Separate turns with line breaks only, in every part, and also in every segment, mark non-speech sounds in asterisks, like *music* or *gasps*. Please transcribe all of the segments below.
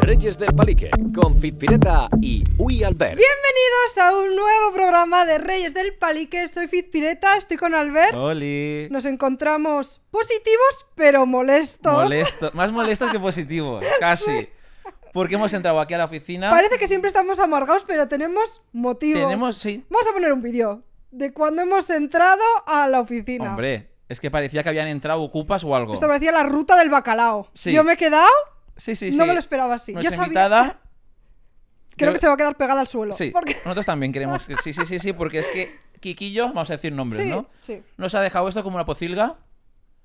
Reyes del Palique, con Fitpireta y Uy Albert.
Bienvenidos a un nuevo programa de Reyes del Palique. Soy Fitpireta, estoy con Albert.
Oli.
Nos encontramos positivos, pero molestos.
Molesto. Más molestos
*laughs*
que positivos, casi. Porque hemos entrado aquí a la oficina.
Parece que siempre estamos amargados, pero tenemos motivos.
Tenemos, sí.
Vamos a poner un vídeo de cuando hemos entrado a la oficina.
Hombre, es que parecía que habían entrado ocupas o algo.
Esto parecía la ruta del bacalao.
Sí.
Yo me he quedado,
Sí, sí, sí.
no me lo esperaba así.
Nuestra
Yo sabía-
invitada.
creo
creo-
que se va a quedar pegada al suelo.
Sí.
Porque-
Nosotros también queremos. que- Sí, sí, sí, sí, porque es que Quiquillo, vamos a decir nombres,
Sí,
¿no?
sí.
Nos ha dejado esto como una pocilga.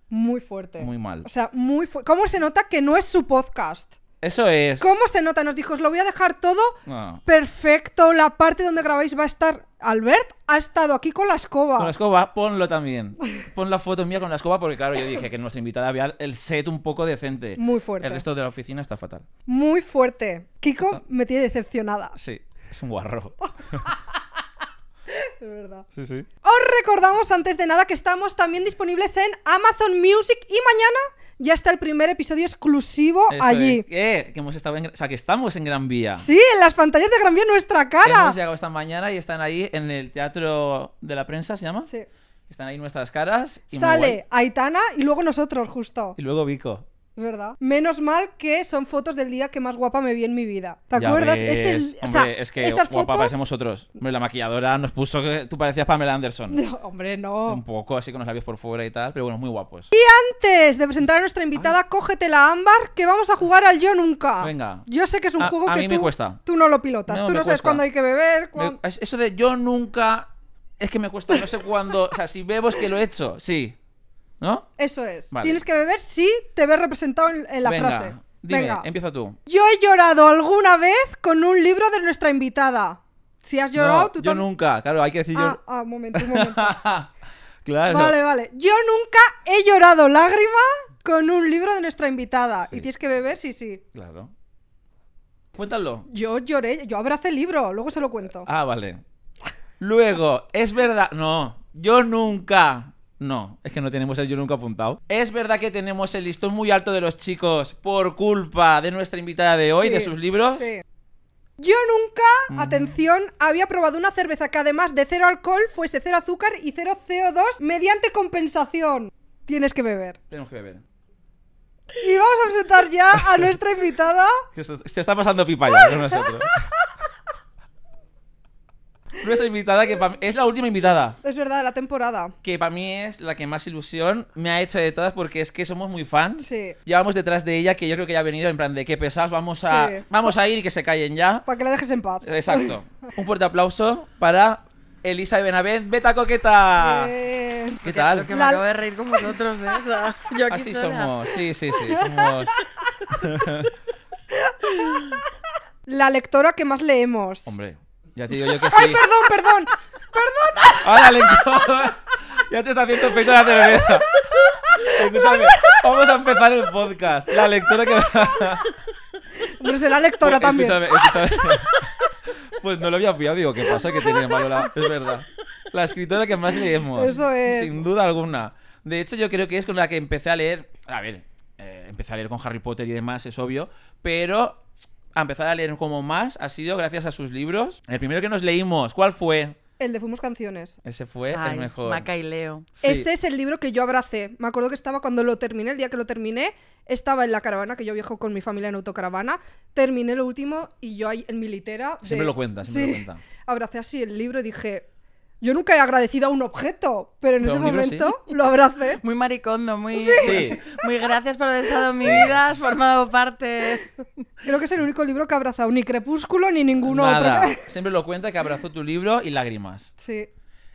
Muy fuerte.
Muy mal.
O sea, muy fuerte. ¿Cómo se nota que no es su podcast?
Eso es.
¿Cómo se nota? Nos dijo, os lo voy a dejar todo
No.
perfecto. La parte donde grabáis va a estar. Albert ha estado aquí con la escoba.
Con la escoba, ponlo también. Pon la foto mía con la escoba, porque claro, yo dije que nuestra invitada había el set un poco decente.
Muy fuerte.
El resto de la oficina está fatal.
Muy fuerte. Kiko me tiene decepcionada. *laughs*
Sí, es un guarro.
De verdad.
Sí, sí.
Os recordamos antes de nada que estamos también disponibles en Amazon Music y mañana ya está el primer episodio exclusivo
Eso
allí.
es. Eh, que hemos estado en, o sea, que estamos en Gran Vía.
Sí, en las pantallas de Gran Vía nuestra
Que
cara.
hemos llegado esta mañana y están ahí en el Teatro de la Prensa, ¿se llama?
Sí.
Están ahí nuestras caras. Y muy guay.
Sale Aitana y luego nosotros, justo.
Y luego Vico.
Es verdad. Menos mal que son fotos del día que más guapa me vi en mi vida. ¿Te
Ya
acuerdas?
ves.
Es el- o
Hombre,
sea,
es que
esas
guapa
fotos-
parecemos otros. Hombre, la maquilladora nos puso que tú parecías Pamela
*laughs*
Anderson.
No, hombre,
Un
no.
poco, así con los labios por fuera y tal, pero bueno, muy guapos.
Antes de presentar a nuestra invitada, cógete la ámbar que vamos a jugar al yo nunca.
Ah. Venga.
Yo sé que es un
A-
juego
a
que
mí
tú,
me cuesta.
tú no lo pilotas.
No,
tú
me
no sabes
cuesta.
cuándo hay que beber.
Me-
cuándo-
es- eso de yo nunca. Es que me cuesta, no sé cuándo. O sea, si bebo es que lo he hecho, sí. ¿No?
Eso es.
Vale.
Tienes que beber si te ves representado en, en la
Venga,
frase.
Dime,
Venga.
empieza tú.
Yo he llorado alguna vez con un libro de nuestra invitada. Si has llorado,
No,
tú
yo
tam-
nunca, claro, hay que decir
Ah,
yo.
ah, un momento, un momento.
*laughs* claro.
Vale, vale. Yo nunca he llorado lágrima con un libro de nuestra invitada.
Sí.
Y tienes que beber, sí, sí.
Claro. Cuéntalo.
Yo lloré, yo abracé el libro, luego se lo cuento.
Ah, vale. Luego, es verdad. No, yo nunca. No, es que no tenemos el yo nunca apuntado. Es verdad que tenemos el listón muy alto de los chicos por culpa de nuestra invitada de hoy,
Sí,
de sus libros. Mm.
sí. Yo nunca, atención, había probado una cerveza que además de cero alcohol fuese cero azúcar y cero CO2 mediante compensación. Tienes que beber.
Tenemos que beber.
Y vamos a presentar ya a
*laughs*
nuestra invitada.
Que Se se está pasando pipa ya con
*laughs*
nosotros. Nuestra invitada, que pa- es la última invitada.
Es verdad, de la temporada.
que para mí es la que más ilusión me ha hecho de todas porque es que somos muy fans.
Sí.
Llevamos detrás de ella que yo creo que ya ha venido en plan de qué pesados, vamos a,
Sí.
vamos a ir y que se callen ya.
Para que la dejes en paz.
Exacto. Un fuerte aplauso para Elisa de Benavent, Beta Coqueta.
Eh,
¿Qué
Que-
tal?
Que me
La-
acabo de reír con vosotros, ¿eh? O sea, *laughs* yo aquí
Así
sola.
somos, sí, sí, sí, somos.
La lectora que más leemos.
Hombre, ya te digo yo que sí.
Perdón,
*laughs*
perdón.
Ahora le Ya te está haciendo pecho la cerveza. Escúchame, vamos a empezar el podcast. La lectora que
Hombre, será lectora
Pues,
también.
escúchame, escúchame. *laughs* Pues no lo había pillado, digo, ¿qué pasa? Que tiene malo la... Es verdad. La escritora que más leemos.
Eso es.
Sin duda alguna. De hecho, yo creo que es con la que empecé a leer... A ver, eh, empecé a leer con Harry Potter y demás, es obvio. Pero a empezar a leer como más ha sido gracias a sus libros. El primero que nos leímos, ¿cuál fue?
El de Fuimos Canciones.
Ese fue
Ay,
¿eh? el mejor.
Maca y Leo.
Sí.
Ese es el libro que yo abracé. Me acuerdo que estaba cuando lo terminé, el día que lo terminé, estaba en la caravana, que yo viajo con mi familia en autocaravana. Terminé lo último y yo ahí en mi litera. de-
Siempre lo cuenta, siempre lo cuenta.
Abracé así el libro y dije. Yo nunca he agradecido a un objeto, pero en
Pero
ese
un libro sí.
momento lo abracé.
*laughs* Muy maricondo, muy...
Sí.
Muy gracias por haber estado en mi vida, has formado parte...
Creo que es el único libro que he abrazado. Ni Crepúsculo ni ninguno
Nada.
otro. *laughs*
Siempre lo cuenta que abrazó tu libro y lágrimas.
Sí,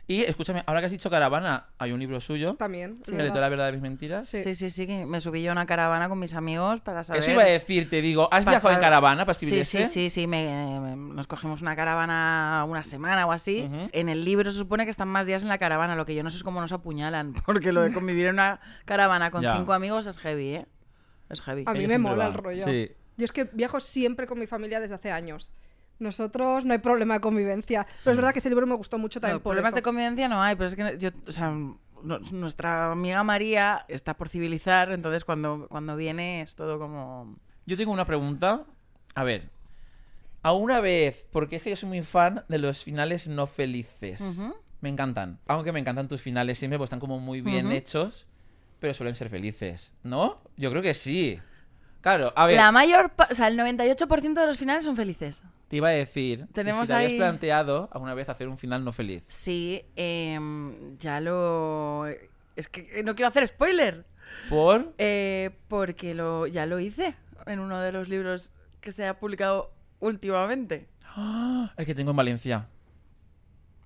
Y escúchame, ahora que has dicho Caravana, hay un libro suyo.
también. es
Me
verdad.
leyó la verdad de mis mentiras.
Sí.
Sí. sí, sí, que me subí yo a una caravana con mis amigos para saber...
Eso iba a decir, te digo, ¿has viajado en
pasar-
caravana para escribir
Sí,
ese?
sí, sí, sí, me- me- nos cogimos una caravana una semana o así.
Ujú.
En el libro se supone que están más días en la caravana, lo que yo no sé es cómo nos apuñalan, *laughs* porque lo de convivir en una caravana con
Ya.
cinco amigos es heavy, ¿eh? Es heavy.
A mí
Ella
me
siempre
mola
va.
el rollo.
Sí.
Yo es que viajo siempre con mi familia desde hace años. Nosotros no hay problema de convivencia. Pero es verdad que ese libro me gustó mucho también.
No,
por
problemas
eso.
de convivencia no hay, pero es que yo, o sea, no- nuestra amiga María está por civilizar, entonces cuando, cuando viene es todo como...
Yo tengo una pregunta A ver. A una vez, porque es que yo soy muy fan de los finales no felices.
Ujú.
Me encantan. Aunque me encantan tus finales siempre, pues están como muy bien
Ujú.
hechos, pero suelen ser felices. ¿No? Yo creo que sí. Claro, a ver,
La mayor, pa- o sea, el 98% de los finales son felices.
te iba a decir, que
Tenemos
si te habías
ahí-
planteado alguna vez hacer un final no feliz.
Sí, em, ya lo... Es que eh, no quiero hacer spoiler.
Por...
Eh, porque lo, ya lo hice en uno de los libros que se ha publicado últimamente.
¡Ah! El que tengo en Valencia.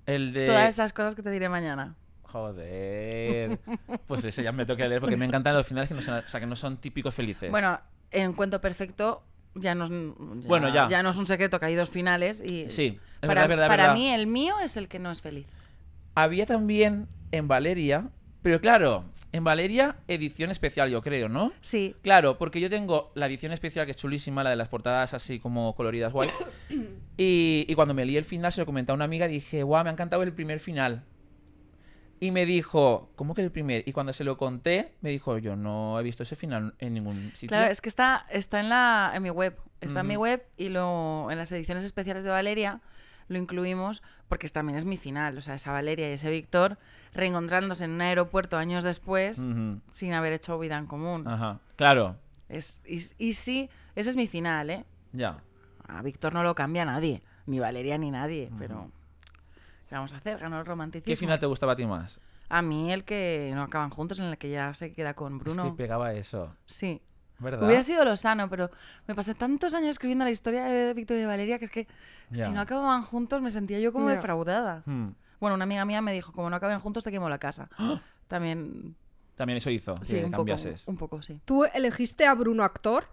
El de...
Todas esas cosas que te diré mañana.
Joder. Pues ese ya me toca leer porque me encantan los finales que no son, o sea, que no son típicos felices.
Bueno, en Cuento Perfecto ya no es, ya,
Bueno, ya.
no es un secreto que hay dos finales y
Sí, es
para,
verdad, verdad,
para
verdad.
mí el mío es el que no es feliz.
Había también en Valeria, pero claro, en Valeria edición especial yo creo, ¿no?
Sí,
Claro, porque yo tengo la edición especial que es chulísima, la de las portadas así como coloridas guay. Y, y cuando me leí el final se lo comenté a una amiga y dije, guau, me ha encantado el primer final. Y me dijo, ¿cómo que el primer? Y cuando se lo conté, me dijo, yo no he visto ese final en ningún sitio.
claro, es que está, está en la en mi web, está en mi
Ujú.
web y lo en las ediciones especiales de Valeria lo incluimos porque también es mi final, o sea, esa Valeria y ese Víctor reencontrándose en un aeropuerto años después
Ujú, Ah.
sin haber hecho vida en común.
Ajá, claro,
Es, y, y sí, ese es mi final, ¿eh?
ya.
A Víctor no lo cambia nadie, ni Valeria ni nadie, pero ¿qué vamos a hacer? Ganó el romanticismo.
¿Qué final te gustaba a ti más?
A mí el que no acaban juntos, en el que ya se queda con Bruno.
Es que pegaba eso,
Sí.
¿verdad?
Hubiera sido lo sano, pero me pasé tantos años escribiendo la historia de Víctor y de Valeria que es que
Ya.
si no acababan juntos me sentía yo como
Ya.
defraudada.
Hmm,
Bueno, una amiga mía me dijo, como no acaben juntos te quemo la casa. También,
También eso hizo,
sí,
¡Ah! que
un poco,
cambiases.
un poco, sí.
¿Tú elegiste a Bruno actor?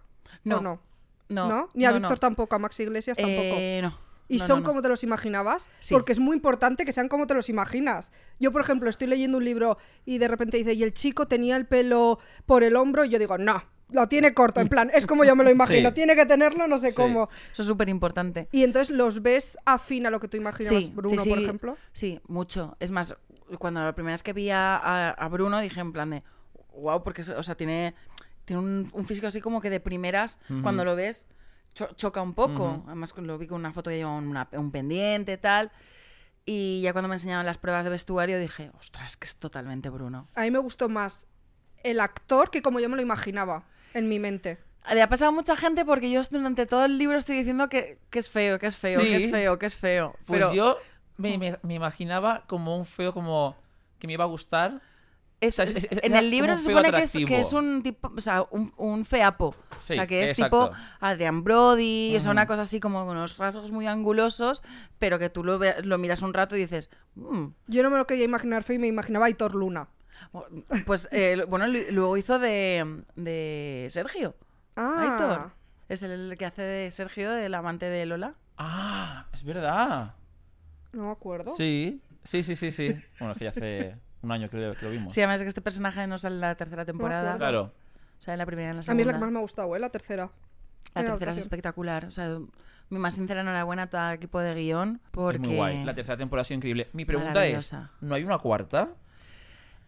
No.
¿O no?
No,
¿No? Ni a
no, no.
Víctor tampoco, a Max Iglesias tampoco.
Eh, no.
¿Y
No, no,
son
no.
como te los imaginabas?
Sí.
Porque es muy importante que sean como te los imaginas. Yo, por ejemplo, estoy leyendo un libro y de repente dice, y el chico tenía el pelo por el hombro, y yo digo, no, lo tiene corto,
*laughs*
en plan, es como yo me lo imagino,
Sí.
tiene que tenerlo no sé
Sí.
cómo.
Eso es súper importante.
Y entonces los ves afín a lo que tú imaginabas, Bruno, por ejemplo.
Sí, mucho. Es más, cuando la primera vez que vi a, a- a Bruno dije en plan de, wow, porque es- o sea, tiene, tiene un, un físico así como que de primeras, cuando lo ves, cho- choca un poco. Además, cuando lo vi con una foto que llevaba una- un pendiente, tal. Y ya cuando me enseñaban las pruebas de vestuario dije, ostras, que es totalmente Bruno.
A mí me gustó más el actor que como yo me lo imaginaba en mi mente.
Le ha pasado a mucha gente porque yo durante todo el libro estoy diciendo que, que es feo, que es feo, que
Sí.
es feo, que es feo.
Pues
Pero
yo me, me- me imaginaba como un feo como que me iba a gustar.
Es-
O sea, es- es-
en
era
el libro
como
se
feo
supone que es, que
atractivo.
es un tipo, o sea, un, un feapo.
Sí,
o sea, que es
exacto.
tipo Adrian Brody, o sea, una
Ujú.
cosa así como con unos rasgos muy angulosos, pero que tú lo, ve- lo miras un rato y dices, "Mm".
Yo no me lo quería imaginar feo y me imaginaba a Hitor Luna.
pues eh, bueno, lu- luego hizo de, de Sergio.
Ah,
Aitor. Es el que hace de Sergio, el amante de Lola.
Ah, es verdad.
no me acuerdo.
Sí, sí, sí, sí, sí. Bueno, es que ya hace un año creo que lo vimos.
Sí, además es que este personaje no sale en la tercera temporada.
Claro.
O sea, en la primera y en la
A mí
segunda.
es la que más me ha gustado, ¿eh? la tercera.
La
Era
tercera es
actuación.
espectacular. O sea, mi más sincera enhorabuena a todo el equipo de guión. Porque
Es muy guay. La tercera temporada ha sido increíble. Mi pregunta es,
Maravillosa.
¿no hay una cuarta?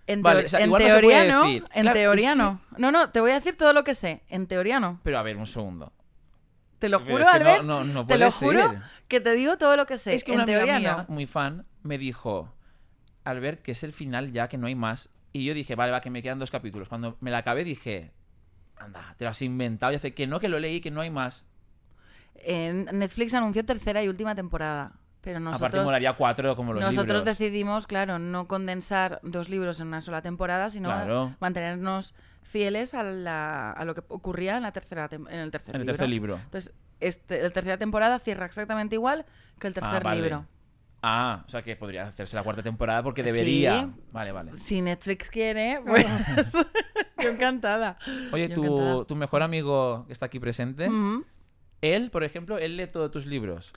en,
Vale,
teo-
o sea,
en
igual no se
teoría
puede
no.
decir.
En
Claro,
teoría
es que-
no. No, no, te voy a decir todo lo que sé. En teoría no.
Pero a ver, un segundo.
Te lo
Pero
juro,
es que no-
Albert.
no- no
te
puede
lo juro
ser.
que te digo todo lo que sé.
es que
en
una amiga
teoría
mía,
no.
muy fan, me dijo, Albert, que es el final ya, que no hay más. Y yo dije, vale, va, que me quedan dos capítulos. Cuando me la acabé dije, anda, te lo has inventado. Y hace que no, que lo leí, que no hay más.
En Netflix anunció tercera y última temporada. Pero
Aparte
nosotros,
molaría cuatro como los
nosotros
libros.
decidimos, claro, no condensar dos libros en una sola temporada, sino
Claro.
mantenernos fieles a, la- a lo que ocurría en, la tercera tem- en el tercer
En el
libro.
tercer libro.
Entonces, este, la tercera temporada cierra exactamente igual que el tercer
Ah, vale.
libro.
Ah, o sea que podría hacerse la cuarta temporada porque debería.
Sí.
Vale, vale.
Si Netflix quiere,
*laughs*
pues. *laughs* yo encantada.
Oye,
Yo
tu,
encantada. Mm.
tu mejor amigo que está aquí presente,
Ujú.
él, por ejemplo, él lee todos tus libros.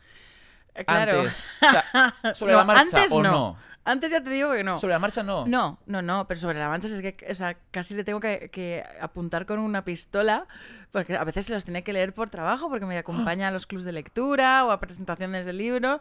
Eh, Claro.
Antes. O
*laughs*
sea, sobre la
No,
marcha
antes
o no.
Antes ya te digo que no.
Sobre la marcha no.
No, no, no, pero sobre la mancha es que o sea, casi le tengo que, que apuntar con una pistola, porque a veces se los tiene que leer por trabajo, porque me acompaña a los clubs de lectura o a presentaciones de libro,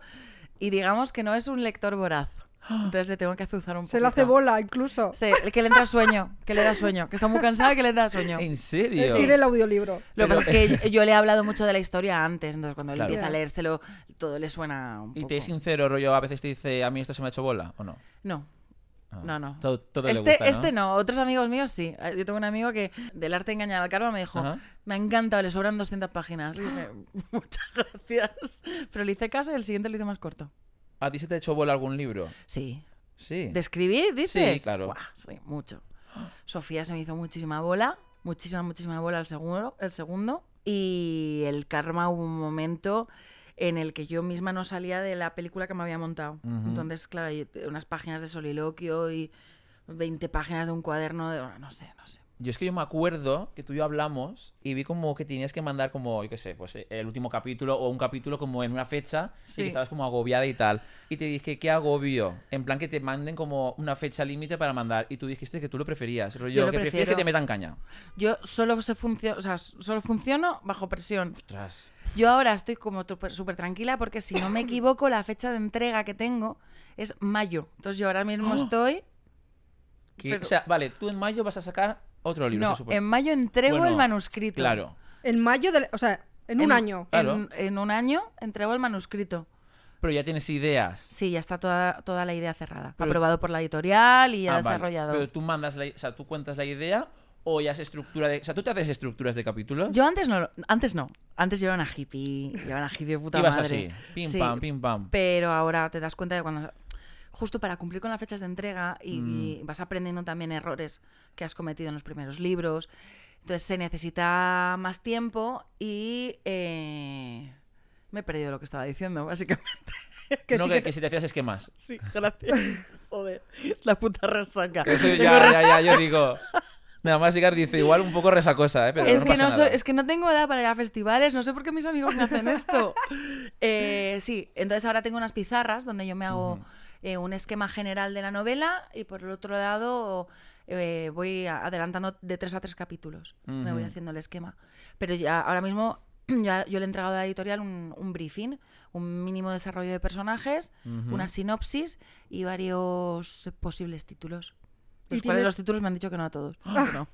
y digamos que no es un lector voraz. Entonces le tengo que azuzar un poco.
Se le hace bola incluso.
Sí, el que le entra sueño, que le da sueño, que está muy cansada y que le da sueño.
¿En serio?
Es ir el audiolibro.
Lo
Pero-
que pasa es que
*laughs*
yo, yo le he hablado mucho de la historia antes, entonces cuando
Claro.
él empieza a
Ya.
leérselo, todo le suena un
Y
poco.
te es sincero, rollo, a veces te dice, a mí esto se me ha hecho bola, ¿o no?
No,
Ah,
no, no.
Todo, todo le
este,
gusta, ¿no?
este no, otros amigos míos sí. Eh, Yo tengo un amigo que del arte de engañar al karma me dijo,
Ajá.
me ha encantado, le sobran 200 páginas. Le dije, *laughs* muchas gracias. Pero le hice caso y el siguiente lo hice más corto.
¿A ti se te ha hecho bola algún libro?
Sí.
Sí.
¿De escribir, dices?
claro.
Buah, sí, mucho. Sofía se me hizo muchísima bola, muchísima, muchísima bola el segundo, el segundo. Y el karma hubo un momento en el que yo misma no salía de la película que me había montado.
Ujú.
Entonces, claro, hay unas páginas de soliloquio y 20 páginas de un cuaderno de... No sé, no sé.
Yo es que yo me acuerdo que tú y yo hablamos y vi como que tenías que mandar como, yo qué sé, pues eh, el último capítulo o un capítulo como en una fecha y
Sí.
que estabas como agobiada y tal. Y te dije, ¿qué agobio? En plan que te manden como una fecha límite para mandar. Y tú dijiste que tú lo preferías. Rollo,
Yo lo
que prefieres que
prefiero.
te metan caña.
Yo solo, se funcio- o sea, solo funciono bajo presión.
Ostras.
Yo ahora estoy como tuper- súper tranquila porque si
*coughs*
no me equivoco, la fecha de entrega que tengo es mayo. Entonces yo ahora mismo
¡Oh!
estoy...
Que-
Pero-
O sea, vale, tú en mayo vas a sacar otro libro,
No,
se supone.
en mayo entrego
Bueno,
el manuscrito.
Claro.
En mayo del. O sea, en un
En-
año.
Claro.
En, en un año entrego el manuscrito.
Pero ya tienes ideas.
Sí, ya está toda, toda la idea cerrada.
Pero-
Aprobado por la editorial y ya
Ah, vale.
desarrollado.
Pero tú mandas la, i- o sea, tú cuentas la idea o ya se estructura de, o sea, tú te haces estructuras de capítulos.
Yo antes no, lo- antes no. Antes yo era una hippie, yo era una hippie de puta
Ibas
madre.
así, pim
Sí,
pam, pim pam.
Pero ahora te das cuenta de cuando justo para cumplir con las fechas de entrega y, y vas aprendiendo también errores que has cometido en los primeros libros. Entonces se necesita más tiempo y eh, me he perdido lo que estaba diciendo, básicamente.
Que
no,
sí
que,
que
que si te hacías esquemas.
Sí, gracias. *laughs* Joder, la puta resaca.
Eso
Tengo
ya,
resaca.
ya, ya, yo digo. Nada más llegar dice, igual un poco resacosa, ¿eh? Pero
Es,
no
que
pasa
no
nada.
soy- es que no tengo edad para ir a festivales, no sé por qué mis amigos me hacen
*laughs*
esto. Eh, sí, entonces ahora tengo unas pizarras donde yo me hago eh, un esquema general de la novela y por el otro lado eh, voy a- adelantando de tres a tres capítulos. Me voy
Ujú.
haciendo el esquema. Pero ya ahora mismo *clears throat* ya yo le he entregado a la editorial un, un briefing, un mínimo desarrollo de personajes, una sinopsis y varios posibles títulos.
¿Y
Los cuales
tienes-
los títulos me han dicho que no a todos.
Ah,
pero-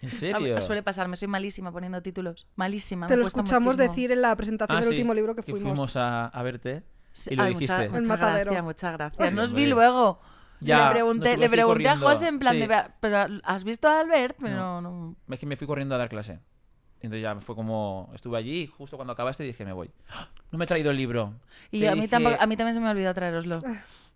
¿En
a-
serio?
Ah, Suele pasarme, soy malísima poniendo títulos. Malísima.
Te
Ah, me
lo
cuesta
escuchamos
muchísimo.
decir en la presentación
Ah,
del
sí,
último libro que
Y
fuimos.
fuimos a, a verte
Sí,
y lo
ay, mucha-
dijiste.
Muchas,
El matadero.
gracias, muchas gracias. No os
Hombre.
vi luego.
Ya,
le pregunté,
nos tuvo
le
que ir
pregunté a
corriendo.
José en plan
Sí.
de, "Vea, pero ¿has visto a Albert? Pero no.
Es que me fui corriendo a dar clase. Entonces ya fue como, estuve allí y justo cuando acabaste dije, me voy. ¡Ah! No me he traído el libro.
Y
Te
yo, a, mí
dije-
tampoco- a mí también se me olvidó Ah. traeroslo. O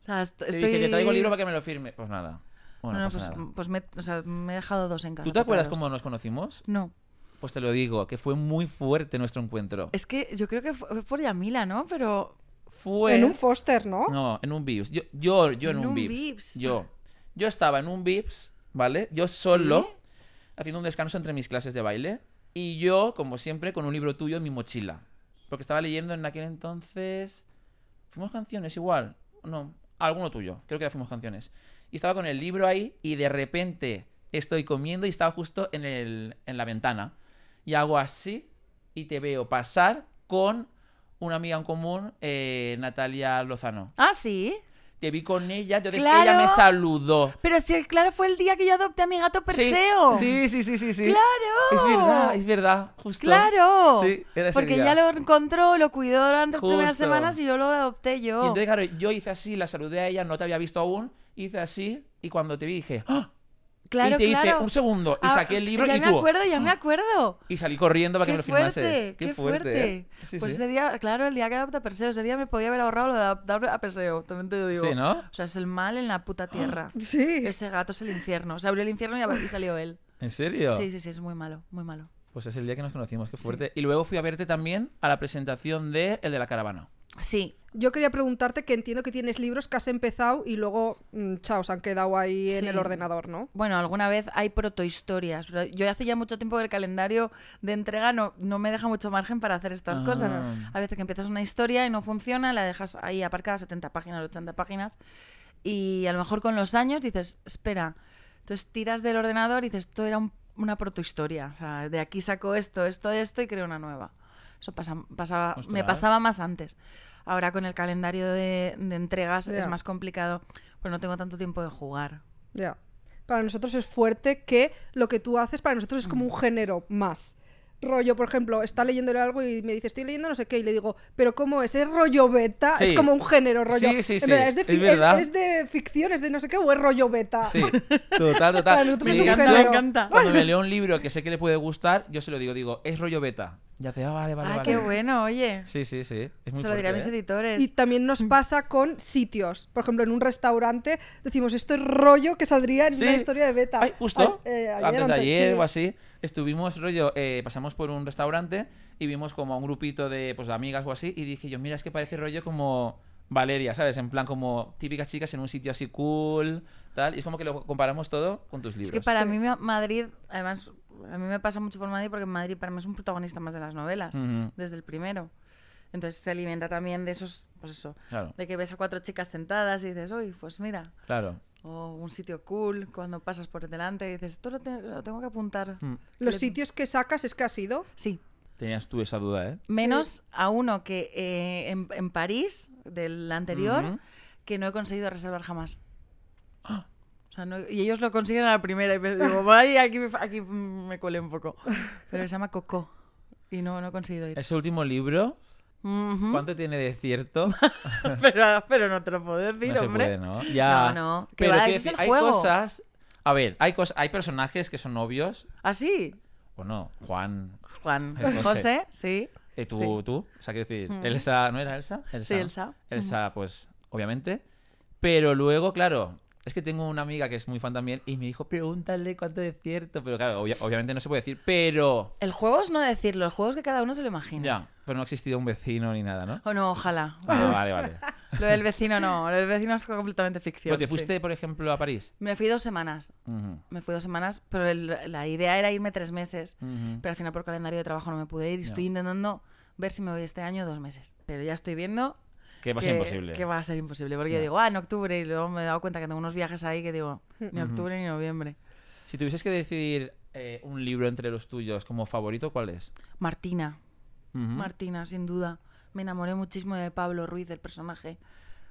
sea, est-
te
estoy...
dije, te traigo el libro para que me lo firme. Pues nada. Bueno,
No,
no pasa
pues, mm,
nada.
pues me, o sea, me he dejado dos en casa.
¿Tú te
para
acuerdas
traeros.
cómo nos conocimos?
No.
Pues te lo digo, que fue muy fuerte nuestro encuentro.
Es que yo creo que fue fue por Yamila, ¿no? Pero
Fue...
En un Foster, ¿no?
No, en un Vips. Yo, yo, yo en,
En
un,
un
Vips.
Vips.
Yo. Yo estaba en un Vips, ¿vale? Yo solo, haciendo un descanso entre mis clases de baile. Y yo, como siempre, con un libro tuyo en mi mochila. Porque estaba leyendo en aquel entonces. Fuimos canciones igual. No, alguno tuyo. Creo que era Fuimos canciones. Y estaba con el libro ahí y de repente estoy comiendo y estaba justo en, el, en la ventana. Y hago así y te veo pasar con una amiga en común, eh, Natalia Lozano.
Ah, sí.
Te vi con ella, entonces
Claro.
ella me saludó.
Pero sí, claro, fue el día que yo adopté a mi gato
Sí,
Perseo.
Sí, sí, sí, sí, sí.
Pues Claro.
Es verdad, es verdad, justo.
Claro.
Sí, era ese
Porque
día.
ya lo encontró, lo cuidó durante las primeras
Justo.
semanas y yo lo adopté
Y
yo.
entonces, claro, yo hice así, la saludé a ella, no te había visto aún, hice así, y cuando te vi dije, ¡Ah!
claro,
y te
claro.
hice un segundo, y
Ah,
saqué el libro
ya
y
me
tú,
acuerdo, ya me acuerdo.
y salí corriendo para que
Qué
me lo
fuerte,
firmases.
qué, fuerte.
¿eh? Sí,
pues
sí.
ese día, claro, el día que adopté a Perseo, ese día me podía haber ahorrado lo de adoptar a Perseo, también te lo digo.
Sí, ¿no?
O sea, es el mal en la puta tierra.
*gasps* Sí.
Ese gato es el infierno. Se abrió el infierno y ab- y salió él.
¿En serio?
Sí, sí, sí, es muy malo, muy malo.
Pues es el día que nos conocimos, qué fuerte. Y luego fui a verte también a la presentación de El de la Caravana.
Sí,
Yo quería preguntarte que entiendo que tienes libros que has empezado y luego, mm, chao, se han quedado ahí en
Sí.
el ordenador, ¿no?
Bueno, alguna vez hay protohistorias. pero Yo hace ya mucho tiempo que el calendario de entrega no, no me deja mucho margen para hacer estas
Ah.
cosas. A veces que empiezas una historia y no funciona, la dejas ahí aparcada 70 páginas, 80 páginas. Y a lo mejor con los años dices, espera. Entonces tiras del ordenador y dices, esto era un- una protohistoria. O sea, de aquí saco esto, esto, esto y creo una nueva. Eso pasa, pasaba, me
Ostras.
pasaba más antes. Ahora con el calendario de, de entregas
Ya.
es más complicado, pues no tengo tanto tiempo de jugar.
Ya. Para nosotros es fuerte que lo que tú haces para nosotros es como
Mm.
un género más. Rollo, por ejemplo, está leyéndole algo y me dice, estoy leyendo no sé qué, y le digo, pero ¿cómo es? ¿Es rollo beta?
Sí.
Es como un género, rollo.
Sí, sí,
En
sí.
verdad, ¿Es de,
Es
fi- es-
verdad.
es de ficción, es de no sé qué, o es rollo beta? *laughs*
Sí, total,
Para
total.
nosotros
Me
es un
encanta,
género.
me encanta.
Cuando me leo un libro que sé que le puede gustar, yo se lo digo, digo, es rollo beta. Ya hace, ah, vale, vale,
ah,
vale.
qué bueno, oye.
Sí, sí, sí. Es muy
Se lo diré a
fuerte,
mis
¿eh?
editores.
Y también nos pasa con sitios. Por ejemplo, en un restaurante decimos, esto es rollo que saldría en una
Sí.
historia de beta.
Ay, justo.
Ay, eh, ayer,
antes de
antes,
ayer
sí.
o así, estuvimos rollo, eh, pasamos por un restaurante y vimos como a un grupito de, pues, de amigas o así y dije yo, mira, es que parece rollo como Valeria, ¿sabes? En plan como típicas chicas en un sitio así cool, tal. Y es como que lo comparamos todo con tus libros.
Es que para
Sí.
mí Ma- Madrid, además, a mí me pasa mucho por Madrid porque Madrid para mí es un protagonista más de las novelas,
Ujú.
desde el primero. Entonces se alimenta también de esos, pues eso,
Claro,
de que ves a cuatro chicas sentadas y dices, uy, pues mira,
claro.
o un sitio cool, cuando pasas por delante y dices, esto lo, te- lo tengo que apuntar.
Mm.
Los sitios que sacas es que ha sido.
Sí,
Tenías tú esa duda, ¿eh?
menos a uno que eh, en, en París, del anterior,
Ujú. ¡Ah!
que no he conseguido reservar jamás. O sea, no- y ellos lo consiguen a la primera. Y me digo, vaya, aquí, me- aquí me colé un poco. Pero se llama Coco. Y no, no he conseguido ir.
Ese último libro,
Ujú.
¿cuánto tiene de cierto?
*laughs* pero, pero no te lo puedo decir,
no se
hombre.
puede, ¿no? Ya.
No, no, que
Pero
va,
quiero
ese es
decir,
el
hay
juego.
cosas. A ver, hay, cos- hay personajes que son obvios.
Así,
O no, Juan,
¿Ah, Juan.
El José.
José, sí.
Eh, tú,
Sí. Mm.
tú, o sea, quiero decir, Elsa, ¿no era Elsa? Elsa.
Sí, Elsa.
Elsa, pues, obviamente. Pero luego, claro, es que tengo una amiga que es muy fan también y me dijo, pregúntale cuánto es cierto. Pero claro, obvia- obviamente no se puede decir, pero.
El juego es no decirlo, el juego es que cada uno se lo imagina.
Ya, pero no ha existido un vecino ni
*laughs*
nada, ¿no?
O no, ojalá.
Ah, vale,
*laughs*
vale.
Lo del vecino no, lo del vecino es completamente ficción.
Pero te
sí.
fuiste, por ejemplo, a París.
Me fui dos semanas.
Ujú,
Me fui dos semanas, pero el- la idea era irme tres meses.
ujú.
Pero al final por calendario de trabajo no me pude ir y estoy intentando ver si me voy este año dos meses. Pero ya estoy viendo
Que va a ser imposible.
que va a ser imposible. Porque
Ya.
yo digo, ah, en octubre. Y luego me he dado cuenta que tengo unos viajes ahí que digo, ni octubre ni noviembre.
Si tuvieses que decidir eh, un libro entre los tuyos como favorito, ¿cuál es?
Martina,
Ujú.
Martina, sin duda. Me enamoré muchísimo de Pablo Ruiz, del personaje.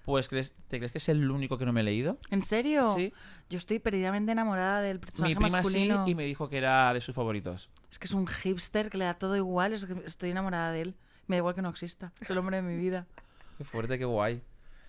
Pues, ¿crees, ¿te crees que es el único que no me he leído?
¿En serio?
Sí.
Yo estoy perdidamente enamorada del personaje
Mi prima
masculino.
sí y me dijo que era de sus favoritos.
Es que es un hipster que le da todo igual. es que estoy enamorada de él. Me da igual que no exista. Es el hombre de mi vida.
Qué fuerte, qué guay.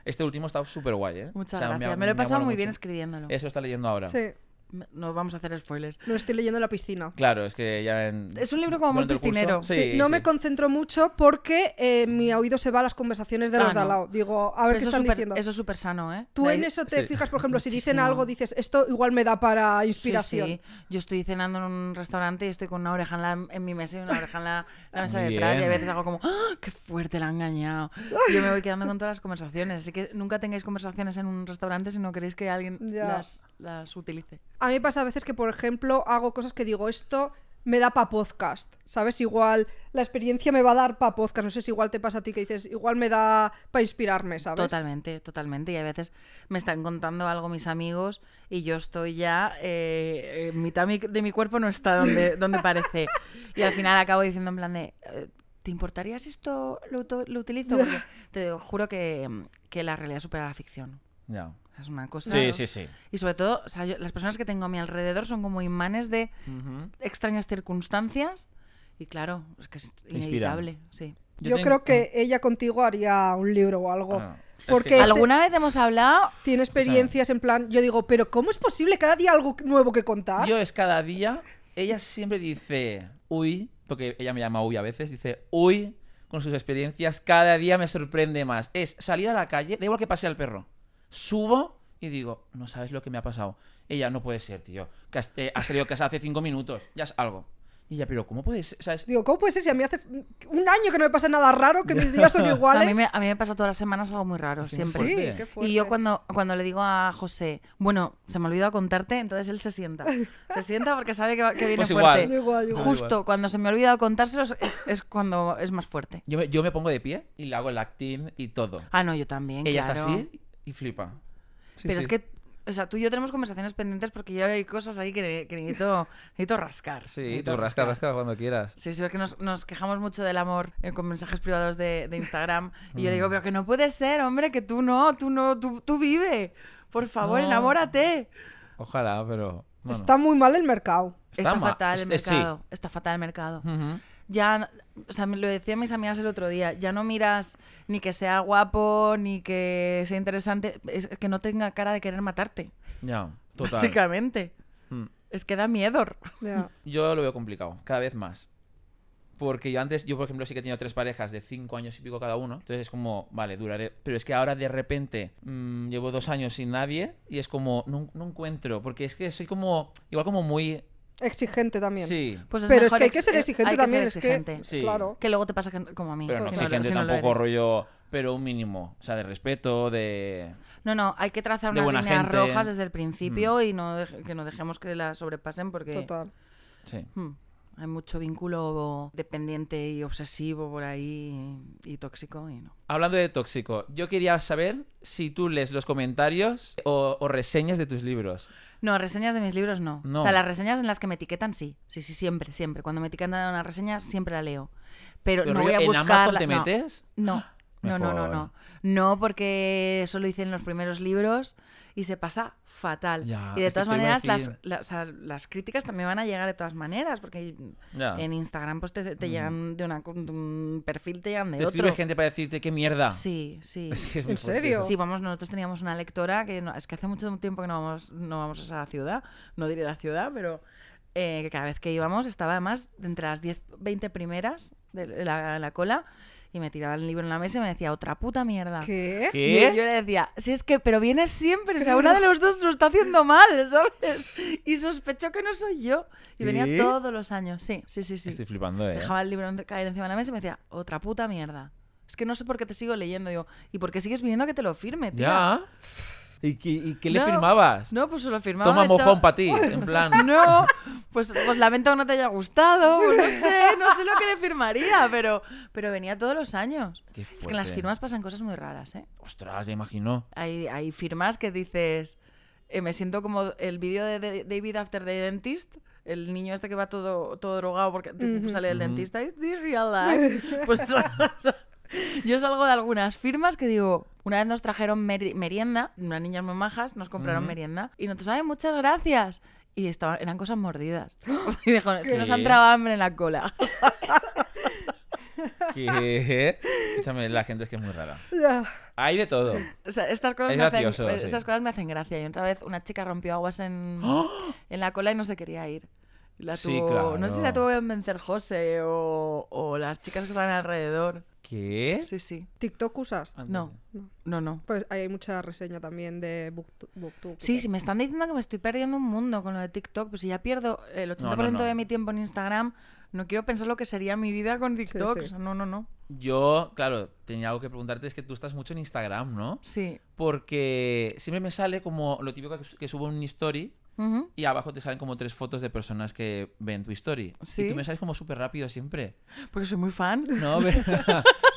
Este último está súper guay, ¿eh?
Muchas
O sea,
gracias.
ha-
Me, lo he
ha
pasado
molado
muy bien
mucho.
escribiéndolo.
Eso está leyendo ahora.
Sí.
Me- No vamos a hacer spoilers.
Lo estoy leyendo en la piscina.
Claro, es que ya en...
Es un libro como muy
durante el curso-
piscinero.
Sí,
Sí, no
sí.
me concentro mucho porque eh, mi oído se va a las conversaciones de
Ah,
los
no.
de al lado. Digo, a ver qué
Pero eso, es
están
súper-
diciendo.
eso es súper sano, ¿eh?
Tú
De
en
ahí-
eso te
Sí.
fijas, por ejemplo, si dicen
Muchísimo.
algo, dices, esto igual me da para
Sí,
inspiración.
sí. Yo estoy cenando en un restaurante y estoy con una oreja en, la- en mi mesa y una oreja en la, la mesa
Muy
de detrás. Y a
bien.
veces hago como, ¡Ah, ¡qué fuerte la ha engañado!
*laughs*
Y yo me voy quedando con todas las conversaciones. Así que nunca tengáis conversaciones en un restaurante si no queréis que alguien
Ya.
las, las utilice.
A mí me pasa a veces que, por ejemplo, hago cosas que digo, esto me da para podcast, ¿sabes? Igual la experiencia me va a dar para podcast. No sé si igual te pasa a ti que dices, igual me da para inspirarme, ¿sabes?
Totalmente, totalmente. Y a veces me están contando algo mis amigos y yo estoy ya, eh, eh, mitad mi- de mi cuerpo no
*laughs*
está donde, donde parece. Y al final acabo diciendo en plan de, eh, ¿te importaría si esto lo, uto- lo utilizo? Porque te juro que, mm, que la realidad supera la ficción.
Ya.
Es una cosa...
Sí, sí, sí.
Y sobre todo, o sea, yo- las personas que tengo a mi alrededor son como imanes de
Ujú.
extrañas circunstancias. Y claro, es que es
inspiran.
inevitable, sí.
Yo,
tengo-
creo que ella contigo haría un libro o algo.
Ah, es
porque
que-
este-
¿Alguna vez hemos hablado
tiene experiencias en plan, yo digo, pero ¿cómo es posible cada día algo nuevo que
¿Ah?
contar?
Yo es cada día... Ella siempre dice, uy, porque ella me llama uy a veces, dice, uy, con sus experiencias cada día me sorprende más. Es salir a la calle, da igual que pase al perro. Subo y digo, no sabes lo que me ha pasado. Ella, no puede ser, tío. que has- eh, has salido de casa hace cinco minutos, ya es algo. Y ella, pero ¿cómo puedes? ¿Sabes?
Digo, ¿cómo puede ser si a mí hace un año que no me pasa nada raro, que mis
*laughs*
días son iguales?
A mí, me, a mí me pasa todas las semanas algo muy raro,
Sí,
siempre.
Sí,
Fuerte.
qué fuerte.
Y yo cuando, cuando le digo a José, bueno, se me ha olvidado contarte, entonces él
*laughs*
se sienta. Se sienta porque sabe que, va- que viene
Pues igual.
fuerte.
Yo igual, yo igual.
Justo cuando se me ha olvidado contárselo es, es cuando es más fuerte.
Yo me, yo me pongo de pie y le hago el acting y todo.
Ah, no, yo también.
Ella
claro.
está así y flipa. Sí,
Pero
sí.
es que O sea, tú y yo tenemos conversaciones pendientes porque yo hay cosas ahí que, que necesito, necesito rascar.
Sí,
necesito
tú rasca, rasca cuando quieras.
Sí, sí, porque nos, nos quejamos mucho del amor eh, con mensajes privados de, de Instagram. Y yo le digo,
Mm.
pero que no puede ser, hombre, que tú no, tú no, tú, tú vive. Por favor,
No.
enamórate.
Ojalá, pero. bueno.
Está muy mal el mercado.
Está,
ma-
fatal el
este- sí.
mercado. Está fatal el mercado.
Ujú.
Ya, o sea, me lo decía a mis amigas el otro día, ya no miras ni que sea guapo, ni que sea interesante, es que no tenga cara de querer matarte,
Ya, total.
básicamente.
Mm.
Es que da miedo.
*laughs*
Ya.
Yo lo veo complicado, cada vez más. Porque yo antes, yo por ejemplo, sí que he tenido tres parejas de cinco años y pico cada uno. Entonces es como, vale, duraré. Pero es que ahora de repente mm, llevo dos años sin nadie y es como, no, no encuentro. Porque es que soy como, igual como muy.
Exigente también.
Sí.
Pues
Pero es
mejor
que hay que
ex-
ser
eh,
exigente
hay que ser
también.
exigente.
Es que,
Sí.
claro.
Que luego te pasa que- como a mí.
Pero no
si lo-
exigente
si no lo
tampoco,
eres.
rollo. Pero un mínimo. O sea, de respeto, de.
No, no, hay que trazar
De
unas
buena
líneas
gente. Mm.
rojas desde el principio y no dej- que no dejemos que las sobrepasen porque
Total.
Sí.
hmm, hay mucho vínculo dependiente y obsesivo por ahí y, y tóxico y no.
Hablando de tóxico, yo quería saber si tú lees los comentarios o, o reseñas de tus libros.
No, reseñas de mis libros no.
No.
O sea, las reseñas en las que me etiquetan sí. Sí, sí, siempre, siempre. Cuando me etiquetan en una reseña siempre la leo. Pero,
Pero
no
rollo,
voy a
¿en
buscarla.
Amazon te
no.
metes? *gasps*
No. No, no, no,
Mejor.
no. No, porque eso lo hice en los primeros libros y se pasa fatal.
Ya,
y de
es que
todas
te iba a
maneras, las,
decir.
la- o sea, las críticas también van a llegar de todas maneras, porque
Ya. Mm.
en Instagram pues te, te llegan de, una, de un perfil, te llegan de
Te
otro.
escribe gente para decirte qué mierda.
Sí, sí.
Ah. Es *laughs* que es
¿En
muy fuerte
serio?
eso.
Sí, vamos, nosotros teníamos una lectora que no- es que hace mucho tiempo que no vamos, no vamos a esa ciudad, no diré la ciudad, pero eh, que cada vez que íbamos estaba además de entre las 10, 20 primeras de la, la cola y me tiraba el libro en la mesa y me decía, otra puta mierda.
¿Qué?
¿Qué?
Y yo le decía, si es que, pero vienes siempre, o sea, una de los dos lo está haciendo mal, *laughs* ¿sabes? Y sospechó que no soy yo. Y venía
¿Qué?
todos los años, sí, sí, sí, sí.
Estoy flipando, eh.
Dejaba el libro en- caer encima de la mesa y me decía, otra puta mierda. Es que no sé por qué te sigo leyendo. Digo, ¿y por qué sigues viniendo a que te lo firme, tía?
Ya. ¿Y qué, y qué le
No,
firmabas?
No, pues se lo firmaba.
Toma
y
mojón
todo.
para
*laughs*
ti. En plan.
No, pues, pues lamento que no te haya gustado. pues no sé, no sé lo que le firmaría, pero, pero venía todos los años.
Qué
Es que en las
fuerte.
firmas pasan cosas muy raras, ¿eh?
Ostras, ya imagino.
*laughs* Hay, hay firmas que dices, eh, me siento como el vídeo de, de- David After the Dentist, el niño este que va todo, todo drogado porque tipo, sale del dentista, ¿is this real life? Pues *laughs* yo salgo de algunas firmas que digo, una vez nos trajeron meri- merienda, unas niñas muy majas, nos compraron merienda y nosotros, ay, muchas gracias. Y estaban, eran cosas mordidas. *laughs* Y dijo, es que nos
¿Qué?
han tragado hambre en la cola. *laughs*
¿Qué? Escúchame, la gente es que es muy rara.
Ya.
Hay de
*gasps*
todo.
O sea, estas cosas,
Es
me hacen,
gracioso,
eh,
sí. ¡Ah!
estas cosas me hacen gracia. Y otra vez una chica rompió aguas en, en la cola y no se quería ir. Y La
Sí,
tuvo-
claro.
No sé si la tuvo que convencer José o, o las chicas que estaban alrededor.
¿Qué?
Sí, sí.
TikTok usas.
Antes
No,
de-
no, no.
Pues ahí hay mucha reseña también de Booktu- Booktube.
Sí, sí, me están diciendo que me estoy perdiendo un mundo con lo de TikTok. Pues si ya pierdo el 80%
no.
de mi tiempo en Instagram, no quiero pensar lo que sería mi vida con TikTok.
sí.
O sea, no, no, no.
Yo, claro, tenía algo que preguntarte. Es que tú estás mucho en Instagram, ¿no?
Sí.
Porque siempre me sale como lo típico que, su- que subo un story
Ujú.
y abajo te salen como tres fotos de personas que ven tu story.
Sí.
Y tú me sales como súper rápido siempre.
Porque soy muy fan.
No, *laughs* pero,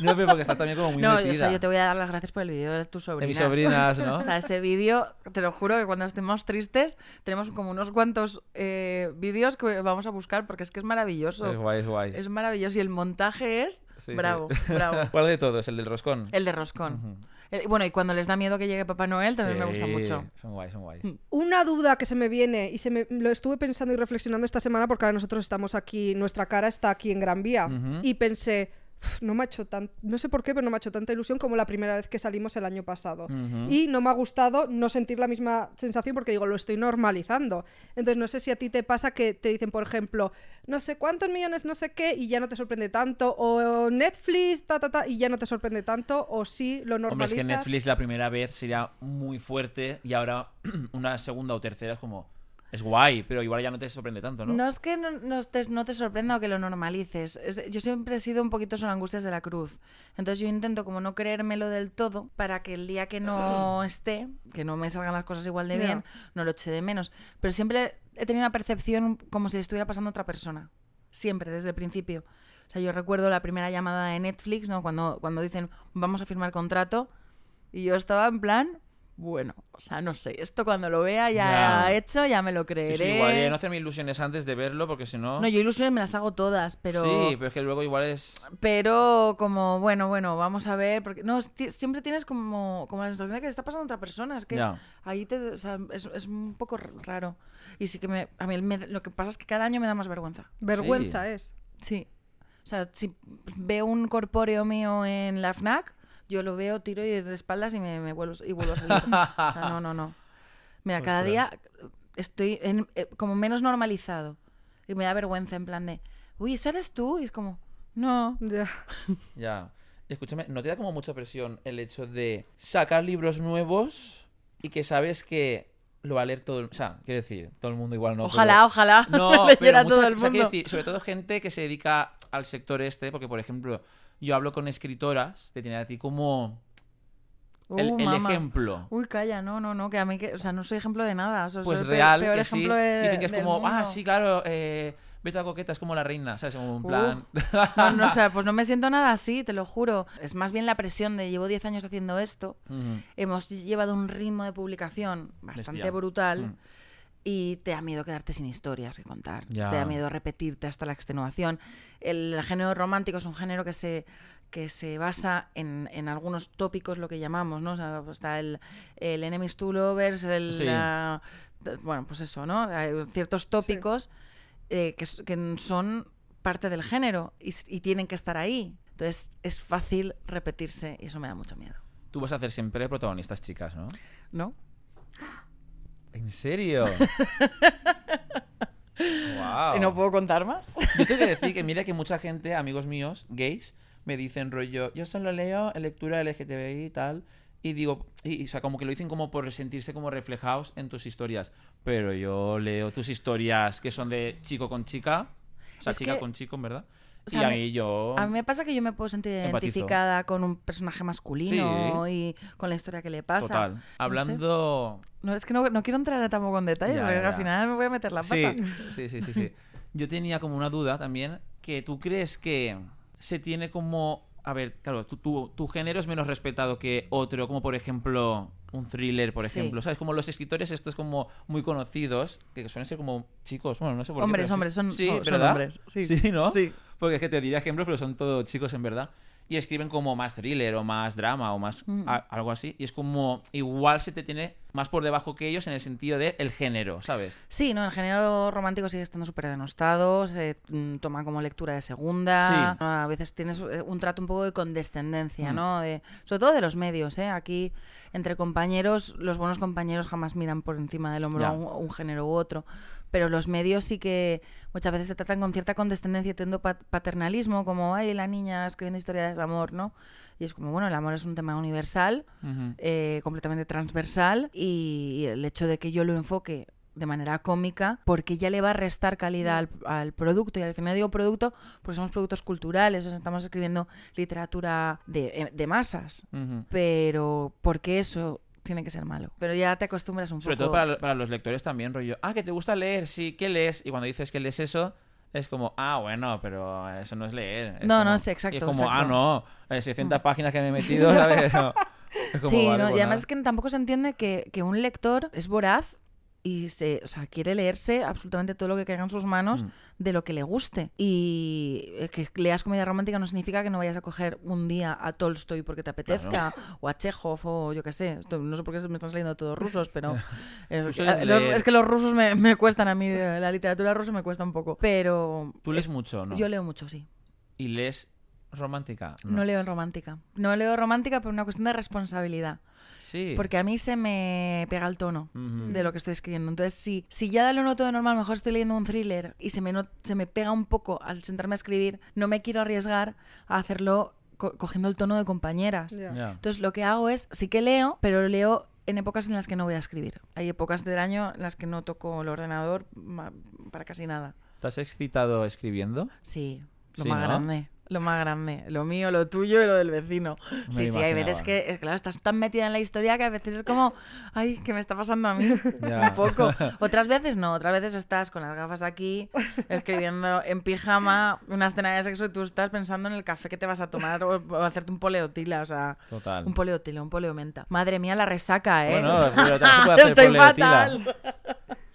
no, pero porque estás también como muy
no, o sea,
metida.
yo te voy a dar las gracias por el vídeo de tu
De
sobrina.
mis sobrinas, ¿no?
*laughs* O sea, ese vídeo, te lo juro que cuando estemos tristes, tenemos como unos cuantos eh, vídeos que vamos a buscar porque es que es maravilloso.
es guay, es guay.
Es maravilloso y el montaje es
Sí, sí. *laughs*
bravo, bravo.
¿Cuál de todos? ¿El del roscón?
El de roscón. El- bueno, y cuando les da miedo que llegue Papá Noel también me gusta
Sí,
mucho.
Son guays, son
*laughs*
guays.
Una duda que se me viene y se me lo estuve pensando y reflexionando esta semana porque ahora nosotros estamos aquí, nuestra cara está aquí en Gran Vía y pensé, "Uf, no me ha hecho tan, no sé por qué, pero no me ha hecho tanta ilusión como la primera vez que salimos el año pasado y no me ha gustado no sentir la misma sensación porque digo lo estoy normalizando. Entonces no sé si a ti te pasa que te dicen por ejemplo no sé cuántos millones, no sé qué y ya no te sorprende tanto o Netflix ta ta ta y ya no te sorprende tanto o sí lo normalizas.
Hombre, es que Netflix la primera vez sería muy fuerte y ahora *clears throat* una segunda o tercera es como. Es guay, pero igual ya no te sorprende tanto, ¿no?
No es que no, no te, no te sorprenda o que lo normalices. Es de- yo siempre he sido un poquito son angustias de la cruz. Entonces yo intento como no creérmelo del todo para que el día que
*clears throat*
no esté, que no me salgan las cosas igual de
Ya.
bien, no lo eche de menos. Pero siempre he tenido una percepción como si le estuviera pasando a otra persona. Siempre, desde el principio. O sea, yo recuerdo la primera llamada de Netflix, ¿no? Cuando, cuando dicen, vamos a firmar contrato. Y yo estaba en plan, bueno, o sea, no sé, esto cuando lo vea ya
Ya.
hecho, ya me lo
Yo
creeré.
soy igual, eh, no hacerme ilusiones antes de verlo porque si no...
No, yo ilusiones me las hago todas, pero...
Sí, pero es que luego igual es...
Pero como, bueno, bueno, vamos a ver, porque no, ti- siempre tienes como, como la sensación de que le está pasando a otra persona, es que
Ya.
ahí te, o sea, es, es un poco r- raro. Y sí que me, a mí me- lo que pasa es que cada año me da más vergüenza.
Vergüenza
Sí.
es.
Sí. O sea, si veo un corpóreo mío en la FNAC, yo lo veo, tiro y de espaldas y me, me vuelvo, y vuelvo a salir. O sea, no, no, no. Mira, cada día estoy en- eh, como menos normalizado. Y me da vergüenza en plan de, uy, ¿esa eres tú? Y es como, no.
Ya.
Ya. Y escúchame, ¿no te da como mucha presión el hecho de sacar libros nuevos y que sabes que lo va a leer todo el... O sea, quiero decir, todo el mundo igual no.
ojalá,
pero-
ojalá.
No,
leyera
pero mucha-
todo el
o sea, quiero
mundo.
decir, sobre todo gente que se dedica al sector este, porque por ejemplo, yo hablo con escritoras, te tienen a ti como
Uh,
el, el
mamá.
ejemplo.
Uy, calla, no, no, no, que a mí, que, o sea, no soy ejemplo de nada. o sea,
Pues
soy el pe-
real,
peor
que sí.
ejemplo de-
Dicen que es
del
como, ah,
mundo".
sí, claro, eh, Beta Coqueta es como la reina, ¿sabes? Como un plan...
No, no, o sea, pues no me siento nada así, te lo juro. Es más bien la presión de llevo 10 años haciendo esto.
*laughs* Ujú.
Hemos llevado un ritmo de publicación bastante
Bestial.
brutal.
Mm.
Y te da miedo quedarte sin historias que contar.
Ya.
Te da miedo repetirte hasta la extenuación. El género romántico es un género que se, que se basa en, en algunos tópicos, lo que llamamos, ¿no? O sea, pues está el, el enemies to lovers, el...
Sí.
la- bueno, pues eso, ¿no? Hay ciertos tópicos eh, que, s- que son parte del género y, s- y tienen que estar ahí. Entonces es fácil repetirse y eso me da mucho miedo.
Tú vas a hacer siempre protagonistas chicas, ¿no?
¿No?
¿En
*laughs*
serio? wow.
¿Y no puedo contar más?
Yo tengo que decir que mira que mucha gente, amigos míos, gays, me dicen rollo, yo solo leo en lectura LGTBI y tal. Y digo, y, y, o sea, como que lo dicen como por sentirse como reflejados en tus historias. Pero yo leo tus historias que son de chico con chica. O sea,
Es
chica
que-
con chico, en verdad.
o sea,
y a
me-
mí yo...
A mí me pasa que yo me puedo sentir
Empatizo.
identificada con un personaje masculino y con la historia que le pasa.
total.
No sé.
Hablando...
No, es que no, no quiero entrar tampoco en detalle,
Ya,
porque
ya,
al
ya.
final me voy a meter la
Sí,
pata.
sí, sí, sí, sí. Yo tenía como una duda también, que tú crees que se tiene como... A ver, claro, tu, tu, tu género es menos respetado que otro, como por ejemplo un thriller, por
Sí.
ejemplo. ¿Sabes? Como los escritores estos como muy conocidos, que suelen ser como chicos, bueno, no sé por qué.
Hombres,
pero sí.
hombres, son,
sí,
son- son
¿verdad?
hombres. Sí,
Sí, ¿no?
Sí.
Porque es que te diría ejemplos, pero son todos chicos en verdad. Y escriben como más thriller o más drama o más
Mm.
a- algo así. Y es como igual se te tiene más por debajo que ellos en el sentido de el género, ¿sabes?
Sí, no, el género romántico sigue estando súper denostado, se mm, toma como lectura de segunda,
Sí.
a veces tienes eh, un trato un poco de condescendencia,
Mm.
¿no? De- sobre todo de los medios, ¿eh? Aquí, entre compañeros, los buenos compañeros jamás miran por encima del hombro
Ya.
a un, a un género u otro, pero los medios sí que muchas veces te tratan con cierta condescendencia, teniendo pa- paternalismo, como, ay, la niña escribiendo historias de amor, ¿no? Y es como, bueno, el amor es un tema universal,
Ujú.
eh, completamente transversal y, y el hecho de que yo lo enfoque de manera cómica, porque ya le va a restar calidad al, al producto. Y al final digo producto porque somos productos culturales, o sea, estamos escribiendo literatura de, eh, de masas.
Ujú.
Pero porque eso tiene que ser malo. Pero ya te acostumbras un
Sobre
poco.
todo para, lo- para los lectores también, rollo. Ah, que te gusta leer, sí, ¿qué lees? Y cuando dices que lees eso, es como, ah, bueno, pero eso no es leer. es
No,
como-
no, sí, exacto,
y es como,
exacto.
ah, no, eh, 600 páginas que me he metido, *laughs* ¿sabes? No. Es como,
sí,
vale,
no,
pues
y además
nada.
es que tampoco se entiende que, que un lector es voraz y se, o sea, quiere leerse absolutamente todo lo que caiga en sus manos
Mm.
de lo que le guste. Y eh, que leas comedia romántica no significa que no vayas a coger un día a Tolstoy porque te apetezca, o a Chekhov, o yo qué sé. Esto- no sé por qué me están saliendo todos rusos, pero
*laughs*
es,
Ruso
que-
es
los-
leer.
es que los rusos me, me cuestan a mí, eh, la literatura rusa me cuesta un poco. Pero
Tú lees mucho, ¿no? Ah.
yo leo mucho, sí.
¿Y lees romántica?
No leo en romántica. No leo romántica por una cuestión de responsabilidad.
Sí.
Porque a mí se me pega el tono
Ujú.
de lo que estoy escribiendo. Entonces, si, si ya lo noto de normal, mejor estoy leyendo un thriller y se me, no- se me pega un poco al sentarme a escribir, no me quiero arriesgar a hacerlo co- cogiendo el tono de compañeras.
Ya.
Ya.
Entonces, lo que hago es, sí que leo, pero leo en épocas en las que no voy a escribir. Hay épocas del año en las que no toco el ordenador ma- para casi nada.
¿Te has excitado escribiendo?
Sí, lo
Sí,
más
¿no?
grande. Lo más grande, lo mío, lo tuyo y lo del vecino.
lo
sí, sí, hay veces
imaginaba.
que, eh, claro, estás tan metida en la historia que a veces es como, ay, ¿qué me está pasando a mí? *laughs*
Ya.
*laughs* Un poco. Otras veces no, otras veces estás con las gafas aquí, escribiendo en pijama una escena de sexo y tú estás pensando en el café que te vas a tomar o, o hacerte un poleotila, o sea,
Total.
un poleotila, un poleomenta. Madre mía, la resaca, ¿eh?
Bueno,
*laughs*
pero también se puede hacer
Estoy
poleotila.
fatal.
*laughs*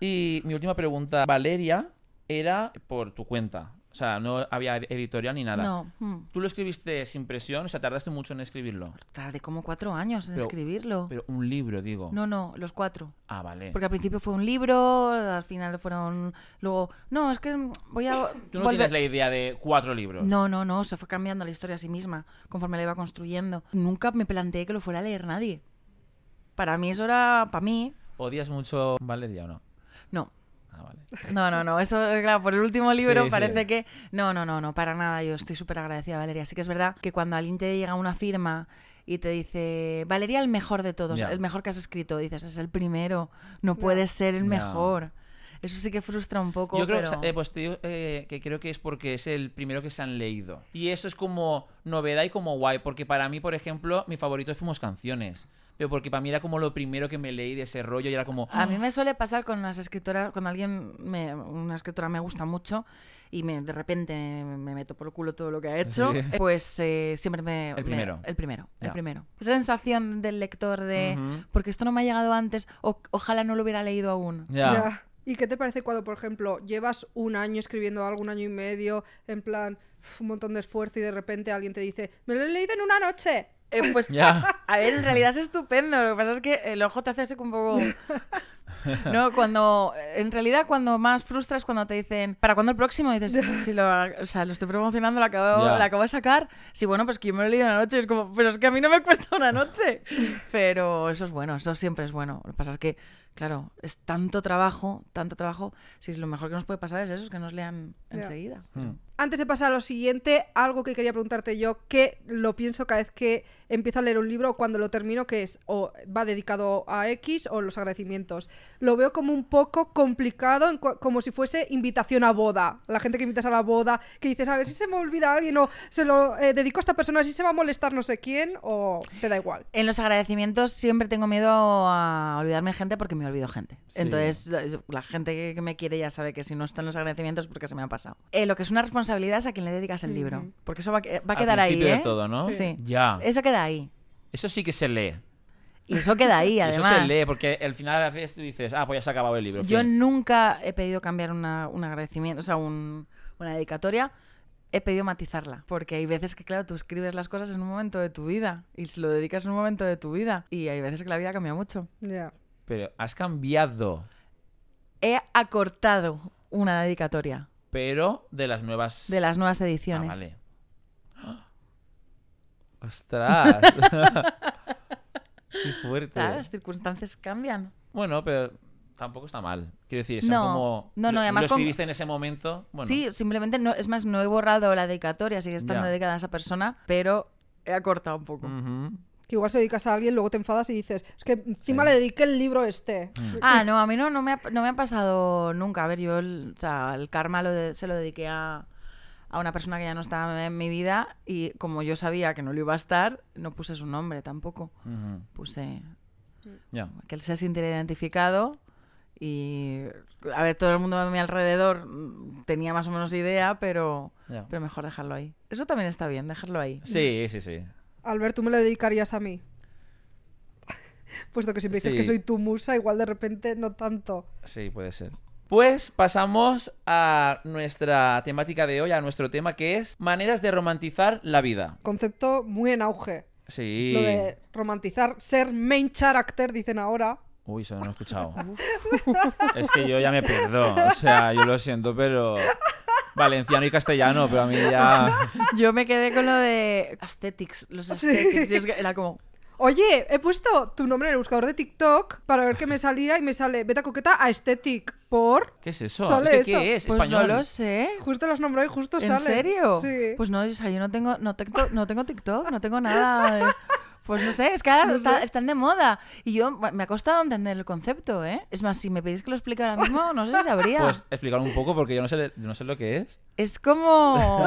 Y mi última pregunta, Valeria, era por tu cuenta. O sea, no había ed- editorial ni nada.
No, hmm.
Tú lo escribiste sin presión, o sea, tardaste mucho en escribirlo.
tardé como cuatro años en
Pero-
escribirlo.
Pero un libro, digo.
No, no, los cuatro.
Ah, vale.
Porque al principio fue un libro, al final fueron. Luego, no, es que mm, voy a.
Tú no
volver-
tienes la idea de cuatro libros.
No, no, no, se fue cambiando la historia a sí misma conforme la iba construyendo. Nunca me planteé que lo fuera a leer nadie. Para mí eso era. Para mí.
¿Odias mucho Valeria o no?
No,
Ah, vale.
*laughs* no, no, no. Eso, eh, claro, por el último libro
Sí, sí.
parece que. No, no, no, no, para nada. Yo estoy súper agradecida, Valeria. Sí que es verdad que cuando alguien te llega una firma y te dice, Valeria, el mejor de todos,
Ya.
el mejor que has escrito, dices, es el primero, no puede ser el
No.
mejor. Eso sí que frustra un poco.
Yo creo
pero-
eh, pues te digo, eh, que creo que es porque es el primero que se han leído. Y eso es como novedad y como guay, porque para mí, por ejemplo, mi favorito fuimos canciones. Pero porque para mí era como lo primero que me leí de ese rollo y era como... "Ah".
A mí me suele pasar con las escritoras, cuando alguien, me- una escritora me gusta mucho y me, de repente me, me meto por el culo todo lo que ha hecho,
Sí.
eh, pues eh, siempre me...
El
me-
primero.
el primero, el
Ya.
primero. Esa sensación del lector de,
Ujú.
porque esto no me ha llegado antes, o, ojalá no lo hubiera leído aún.
mm, Ya.
Ya. ¿Y qué te parece cuando, por ejemplo, llevas un año escribiendo algo, un año y medio, en plan, uf, un montón de esfuerzo y de repente alguien te dice, me lo he leído en una noche?
Eh, pues,
Ya.
*laughs* a ver, en realidad es estupendo. Lo que pasa es que el ojo te hace así como un
*laughs*
poco. No, cuando. En realidad, cuando más frustras, cuando te dicen, ¿para cuándo el próximo? Y dices, si lo, o sea, lo estoy promocionando, lo acabo,
Ya.
lo acabo de sacar. Sí, bueno, pues que yo me lo he leído una noche. Y es como, pero es que a mí no me cuesta una noche. Pero eso es bueno, eso siempre es bueno. Lo que pasa es que, claro, es tanto trabajo, tanto trabajo. Si lo mejor que nos puede pasar es eso, es que nos lean
Ya.
enseguida.
Mm.
Antes de pasar a lo siguiente, algo que quería preguntarte yo, que lo pienso cada vez que empiezo a leer un libro o cuando lo termino, que es o va dedicado a X o los agradecimientos. Lo veo como un poco complicado, en cua- como si fuese invitación a boda. La gente que invitas a la boda, que dices, a ver si se me olvida alguien o se lo eh, dedico a esta persona, si se va a molestar no sé quién o te da igual.
En los agradecimientos siempre tengo miedo a olvidarme de gente porque me olvido gente.
Sí.
Entonces, la- la gente que- que me quiere ya sabe que si no están los agradecimientos es porque se me ha pasado. Eh, lo que es una responsabilidad es a quien le dedicas el libro.
Ujú.
Porque eso va, a que- va
Al
a quedar ahí.
principio del
¿eh?
todo, ¿no?
Sí.
Ya.
Eso queda ahí.
Eso sí que se lee.
Y eso queda ahí, además.
*laughs* Eso se lee, porque al final a veces tú dices, ah, pues ya se ha acabado el libro.
Yo
fin.
nunca he pedido cambiar una, un agradecimiento, o sea, un- una dedicatoria. He pedido matizarla, porque hay veces que, claro, tú escribes las cosas en un momento de tu vida y se lo dedicas en un momento de tu vida. Y hay veces que la vida cambia mucho.
Ya.
Pero has cambiado,
he acortado una dedicatoria
pero de las nuevas...
de las nuevas
Ah,
ediciones. *gasps*
vale. ¡Ah! ¡Ostras!
*laughs*
*laughs* ¡Qué fuerte!
Claro, las circunstancias cambian.
Bueno, pero tampoco está mal. Quiero decir, son
No,
como...
no, no,
lo-
y además
Lo
con-
escribiste en ese momento, bueno...
Sí, simplemente no, es más, no he borrado la dedicatoria, sigue estando
Ya. Mm.
dedicada a esa persona, pero he acortado un poco.
Ujú.
Que igual se dedicas a alguien, luego te enfadas y dices, es que encima
Sí.
le dediqué el libro este.
Ah, no, a mí no, no, me ha, no me ha pasado nunca. A ver, yo el, o sea, el karma lo de- se lo dediqué a, a una persona que ya no estaba en mi vida y como yo sabía que no lo iba a estar, no puse su nombre tampoco.
Ujú.
Puse
Ya.
que él se sintiera identificado y a ver todo el mundo a mi alrededor mm, tenía más o menos idea pero
Ya.
pero mejor dejarlo ahí eso también está bien dejarlo ahí
*laughs* Sí, sí, sí.
Albert, tú me lo dedicarías a mí. *laughs* Puesto que siempre dices
Sí.
que soy tu musa, igual de repente no tanto.
Sí, puede ser. Pues pasamos a nuestra temática de hoy, a nuestro tema que es maneras de romantizar la vida.
Concepto muy en auge.
Sí.
Lo de romantizar, ser main character, dicen ahora.
Uy, eso no lo he
*laughs*
escuchado. es que yo ya me pierdo. O sea, yo lo siento, pero. Valenciano y castellano, pero a mí ya.
yo me quedé con lo de aesthetics los aesthetics y es que era como
Oye, he puesto tu nombre en el buscador de TikTok para ver qué me salía y me sale Beta Coqueta Aesthetic por...
¿Qué es eso?
Sale
¿Este ¿Qué
eso.
es?
pues
Español.
no lo sé
Justo los nombró y justo
en
sale.
serio
Sí.
pues no o sea, yo no tengo no tengo no tengo TikTok no tengo nada de- Pues no sé, es que ahora está- están de moda. Y yo me ha costado entender el concepto, ¿eh? Es más, si me pedís que lo explique ahora mismo, no sé si
*laughs*
sabría.
Pues explicar un poco porque yo no sé, no sé lo que es.
Es como.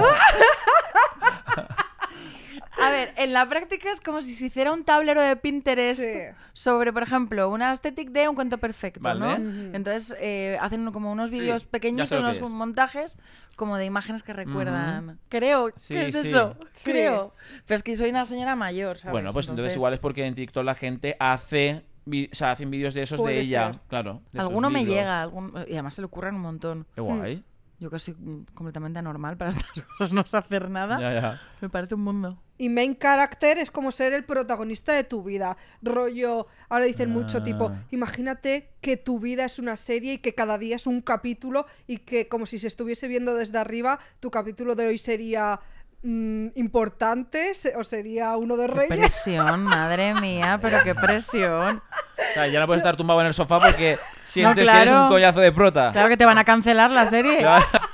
en la práctica es como si se hiciera un tablero de Pinterest
Sí.
sobre, por ejemplo, una estética de un cuento perfecto,
Vale.
¿no? Entonces eh, hacen como unos
Sí,
vídeos
ya sé
pequeñitos,
lo que
unos
es.
montajes, como de imágenes que recuerdan. Creo,
Sí,
¿qué es
sí.
eso?
Sí.
Creo. Pero es que soy una señora mayor, ¿sabes?
Bueno, pues entonces, igual es porque en TikTok la gente hace. vi- O sea, hacen vídeos de esos
Puede
de ella.
ser.
Claro. de tus
Alguno me
libros.
llega, Hmm. algún- y además se le ocurren un montón.
Qué guay.
Yo que soy mm, completamente anormal para *laughs* estas cosas, no sé hacer nada.
Ya, ya.
Me parece un mundo.
Y main character es como ser el protagonista de tu vida. Rollo, ahora dicen mucho tipo,
Ah.
imagínate que tu vida es una serie y que cada día es un capítulo y que como si se estuviese viendo desde arriba, tu capítulo de hoy sería mm, importante se- o sería uno de
Qué
Reyes.
presión, madre mía, pero qué presión.
O sea, ya no puedes estar tumbado en el sofá
*laughs*
porque sientes que eres
claro.
un collazo de prota.
Claro que te van a cancelar la serie.
*laughs*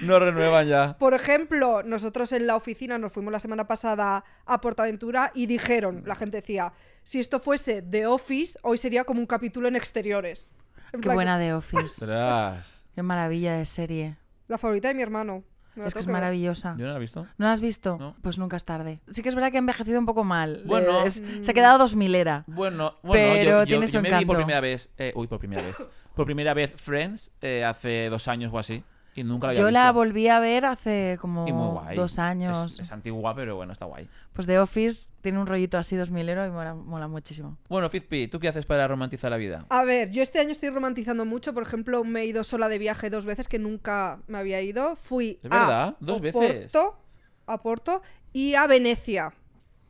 No renuevan
*laughs*
ya.
Por ejemplo, nosotros en la oficina nos fuimos la semana pasada a Portaventura y dijeron, la gente decía, si esto fuese The Office, hoy sería como un capítulo en exteriores. En
Qué
plan,
buena de Office.
Ostras.
Qué maravilla de serie.
La favorita de mi hermano. Me la
Es que
tengo
es
ver.
maravillosa.
¿Yo no la he visto?
¿No la has visto?
No.
Pues nunca es tarde. Sí que es verdad que ha envejecido un poco mal.
Bueno.
Eh, es- se ha quedado dos milera.
Bueno, bueno
Pero
yo- yo,
tiene su
yo me vi por
encanto.
primera vez. eh, uy, por primera vez. Por primera vez Friends eh, hace dos años o así. Y nunca la había
Yo la
visto.
volví a ver hace como
Y muy guay.
dos años.
Es, es antigua, pero bueno, está guay.
Pues The Office tiene un rollito así dos milero y mola, mola muchísimo.
Bueno, Fizpi, ¿tú qué haces para romantizar la vida?
A ver, yo este año estoy romantizando mucho. Por ejemplo, me he ido sola de viaje dos veces que nunca me había ido. Fui
¿Es
a
verdad? ¿Dos veces?
Oporto- a Porto y a Venecia.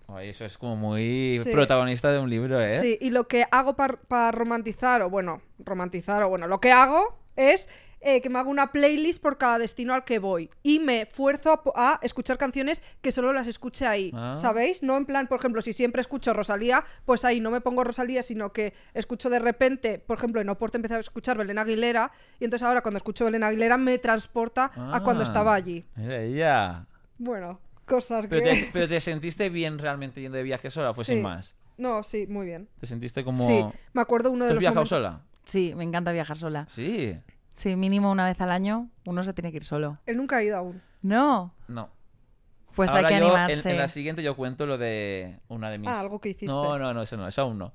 Ay, eso es como muy
Sí.
protagonista de un libro, ¿eh?
Sí, y lo que hago para romantizar, o bueno, romantizar, o bueno, lo que hago es eh, que me hago una playlist por cada destino al que voy. Y me esfuerzo a, po- a escuchar canciones que solo las escuche ahí.
Ah.
¿Sabéis? No en plan, por ejemplo, si siempre escucho Rosalía, pues ahí no me pongo Rosalía, sino que escucho de repente, por ejemplo, en Oporto empecé a escuchar Belén Aguilera, y entonces ahora cuando escucho Belén Aguilera me transporta a cuando
Ah,
estaba allí.
Mira ella.
Bueno, cosas
Pero
que.
te, pero te sentiste bien realmente yendo de viaje sola, o fue
Sí.
sin más.
No, sí, muy bien.
Te sentiste como.
Sí, me acuerdo uno
¿Tú
de
has
los
viajado
momentos-
sola?
Sí, me encanta viajar sola.
Sí.
Sí, mínimo una vez al año uno se tiene que ir solo.
Él nunca ha ido aún.
No,
No.
pues
Ahora
hay que
yo, en-
animarse.
En, la siguiente yo cuento lo de una de mis.
Ah, algo que hiciste.
No, no, no, eso no, eso aún no.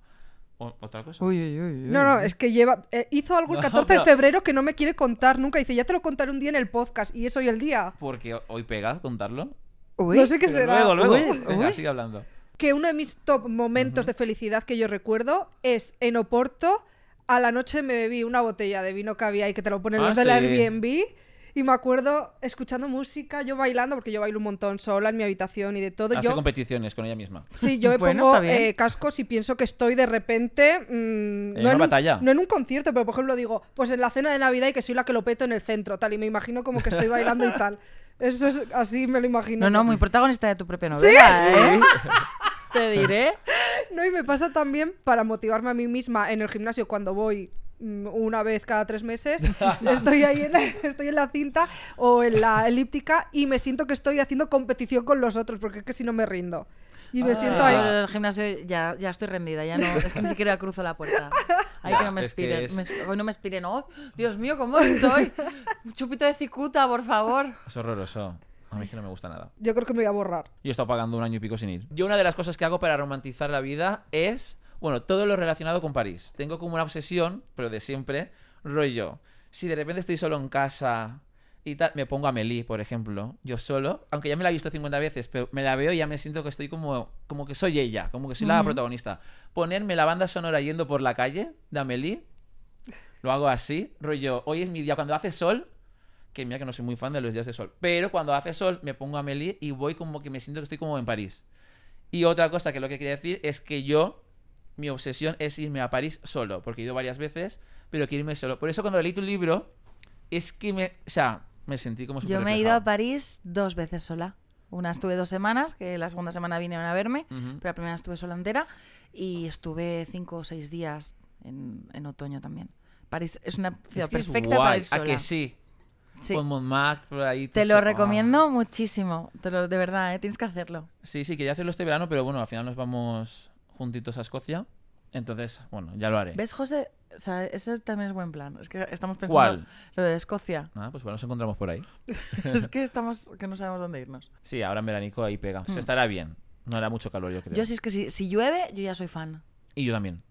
O- ¿Otra cosa?
Uy, uy, uy, uy.
No, no, es que lleva. eh, hizo algo el
No,
14 de
pero-
febrero que no me quiere contar nunca. Dice, ya te lo contaré un día en el podcast. Y es hoy el día.
Porque hoy pega contarlo.
Uy.
no sé qué
Pero
será.
Luego, luego.
Uy,
Venga,
uy.
sigue hablando.
Que uno de mis top momentos de felicidad que yo recuerdo es en Oporto. A la noche me bebí una botella de vino que había y que te lo ponen
Ah,
los del
sí.
Airbnb. Y me acuerdo escuchando música, yo bailando, porque yo bailo un montón sola en mi habitación y de todo.
Hace
yo
competiciones con ella misma.
Sí, yo me
Bueno,
pongo
está bien.
eh, cascos y pienso que estoy de repente. mm, no
una
un-
batalla.
no en un concierto, pero por ejemplo digo, pues en la cena de Navidad y que soy la que lo peto en el centro, tal. Y me imagino como que estoy bailando y tal. Eso es así, me lo imagino. Pues
No, no, muy protagonista de tu propia novela, ¿eh? *laughs* Te diré.
No, y me pasa también para motivarme a mí misma en el gimnasio cuando voy mm, una vez cada tres
*laughs*
meses, estoy ahí en *laughs* la, estoy en la cinta o en la elíptica y me siento que estoy haciendo competición con los otros, porque es que si no me rindo. Y me
Ah.
siento
Yo
ahí.
en el gimnasio ya, ya estoy rendida, ya no. Es que ni siquiera cruzo la *laughs* puerta. Ay,
Ya,
que no me
es que
expiren.
es-
me- hoy no me expiren. Oh, Dios mío, ¿cómo estoy? *laughs* Un chupito de cicuta, por favor.
Es horroroso. A mí es que no me gusta nada.
Yo creo que me voy a borrar.
Yo he estado pagando un año y pico sin ir. Yo una de las cosas que hago para romantizar la vida es, bueno, todo lo relacionado con París. Tengo como una obsesión, pero de siempre, rollo. Si de repente estoy solo en casa y tal, me pongo a Melí, por ejemplo, yo solo, aunque ya me la he visto 50 veces, pero me la veo y ya me siento que estoy como, como que soy ella, como que soy la protagonista. Ponerme la banda sonora yendo por la calle de Amelie, lo hago así, rollo, hoy es mi día, cuando hace sol, que mira que no soy muy fan de los días de sol, pero cuando hace sol me pongo a Amelie y voy como que me siento que estoy como en París. Y otra cosa que lo que quería decir es que yo, mi obsesión es irme a París solo, porque he ido varias veces, pero quiero irme solo. Por eso cuando leí tu libro, es que me, o sea, me sentí como
Yo
súper
me he ido a
reflejado.
París dos veces sola. Una estuve dos semanas, que la segunda semana vinieron a verme,
Ujú.
pero la primera estuve sola entera. Y estuve cinco o seis días en, en otoño también. París es una ciudad
Es que es
perfecta para
guay,
ir sola.
A que sí.
Sí.
Con Montmartre, por ahí.
Te
tú
lo
so-
recomiendo muchísimo. Te lo, de verdad, ¿eh? tienes que hacerlo.
Ah. Sí, sí, quería hacerlo este verano, pero bueno, al final nos vamos juntitos a Escocia. Entonces, bueno, ya lo haré.
¿Ves, José? O sea, ese también es buen plan. Es que estamos pensando
¿Cuál?
lo
*laughs*
de Escocia.
Ah, pues bueno, nos encontramos por ahí.
es que estamos que no sabemos dónde irnos.
Sí, ahora en veranico ahí pega. Se estará bien. No hará mucho calor, yo creo.
Hmm. Yo sí es que si, si llueve, yo ya soy fan.
Y yo también.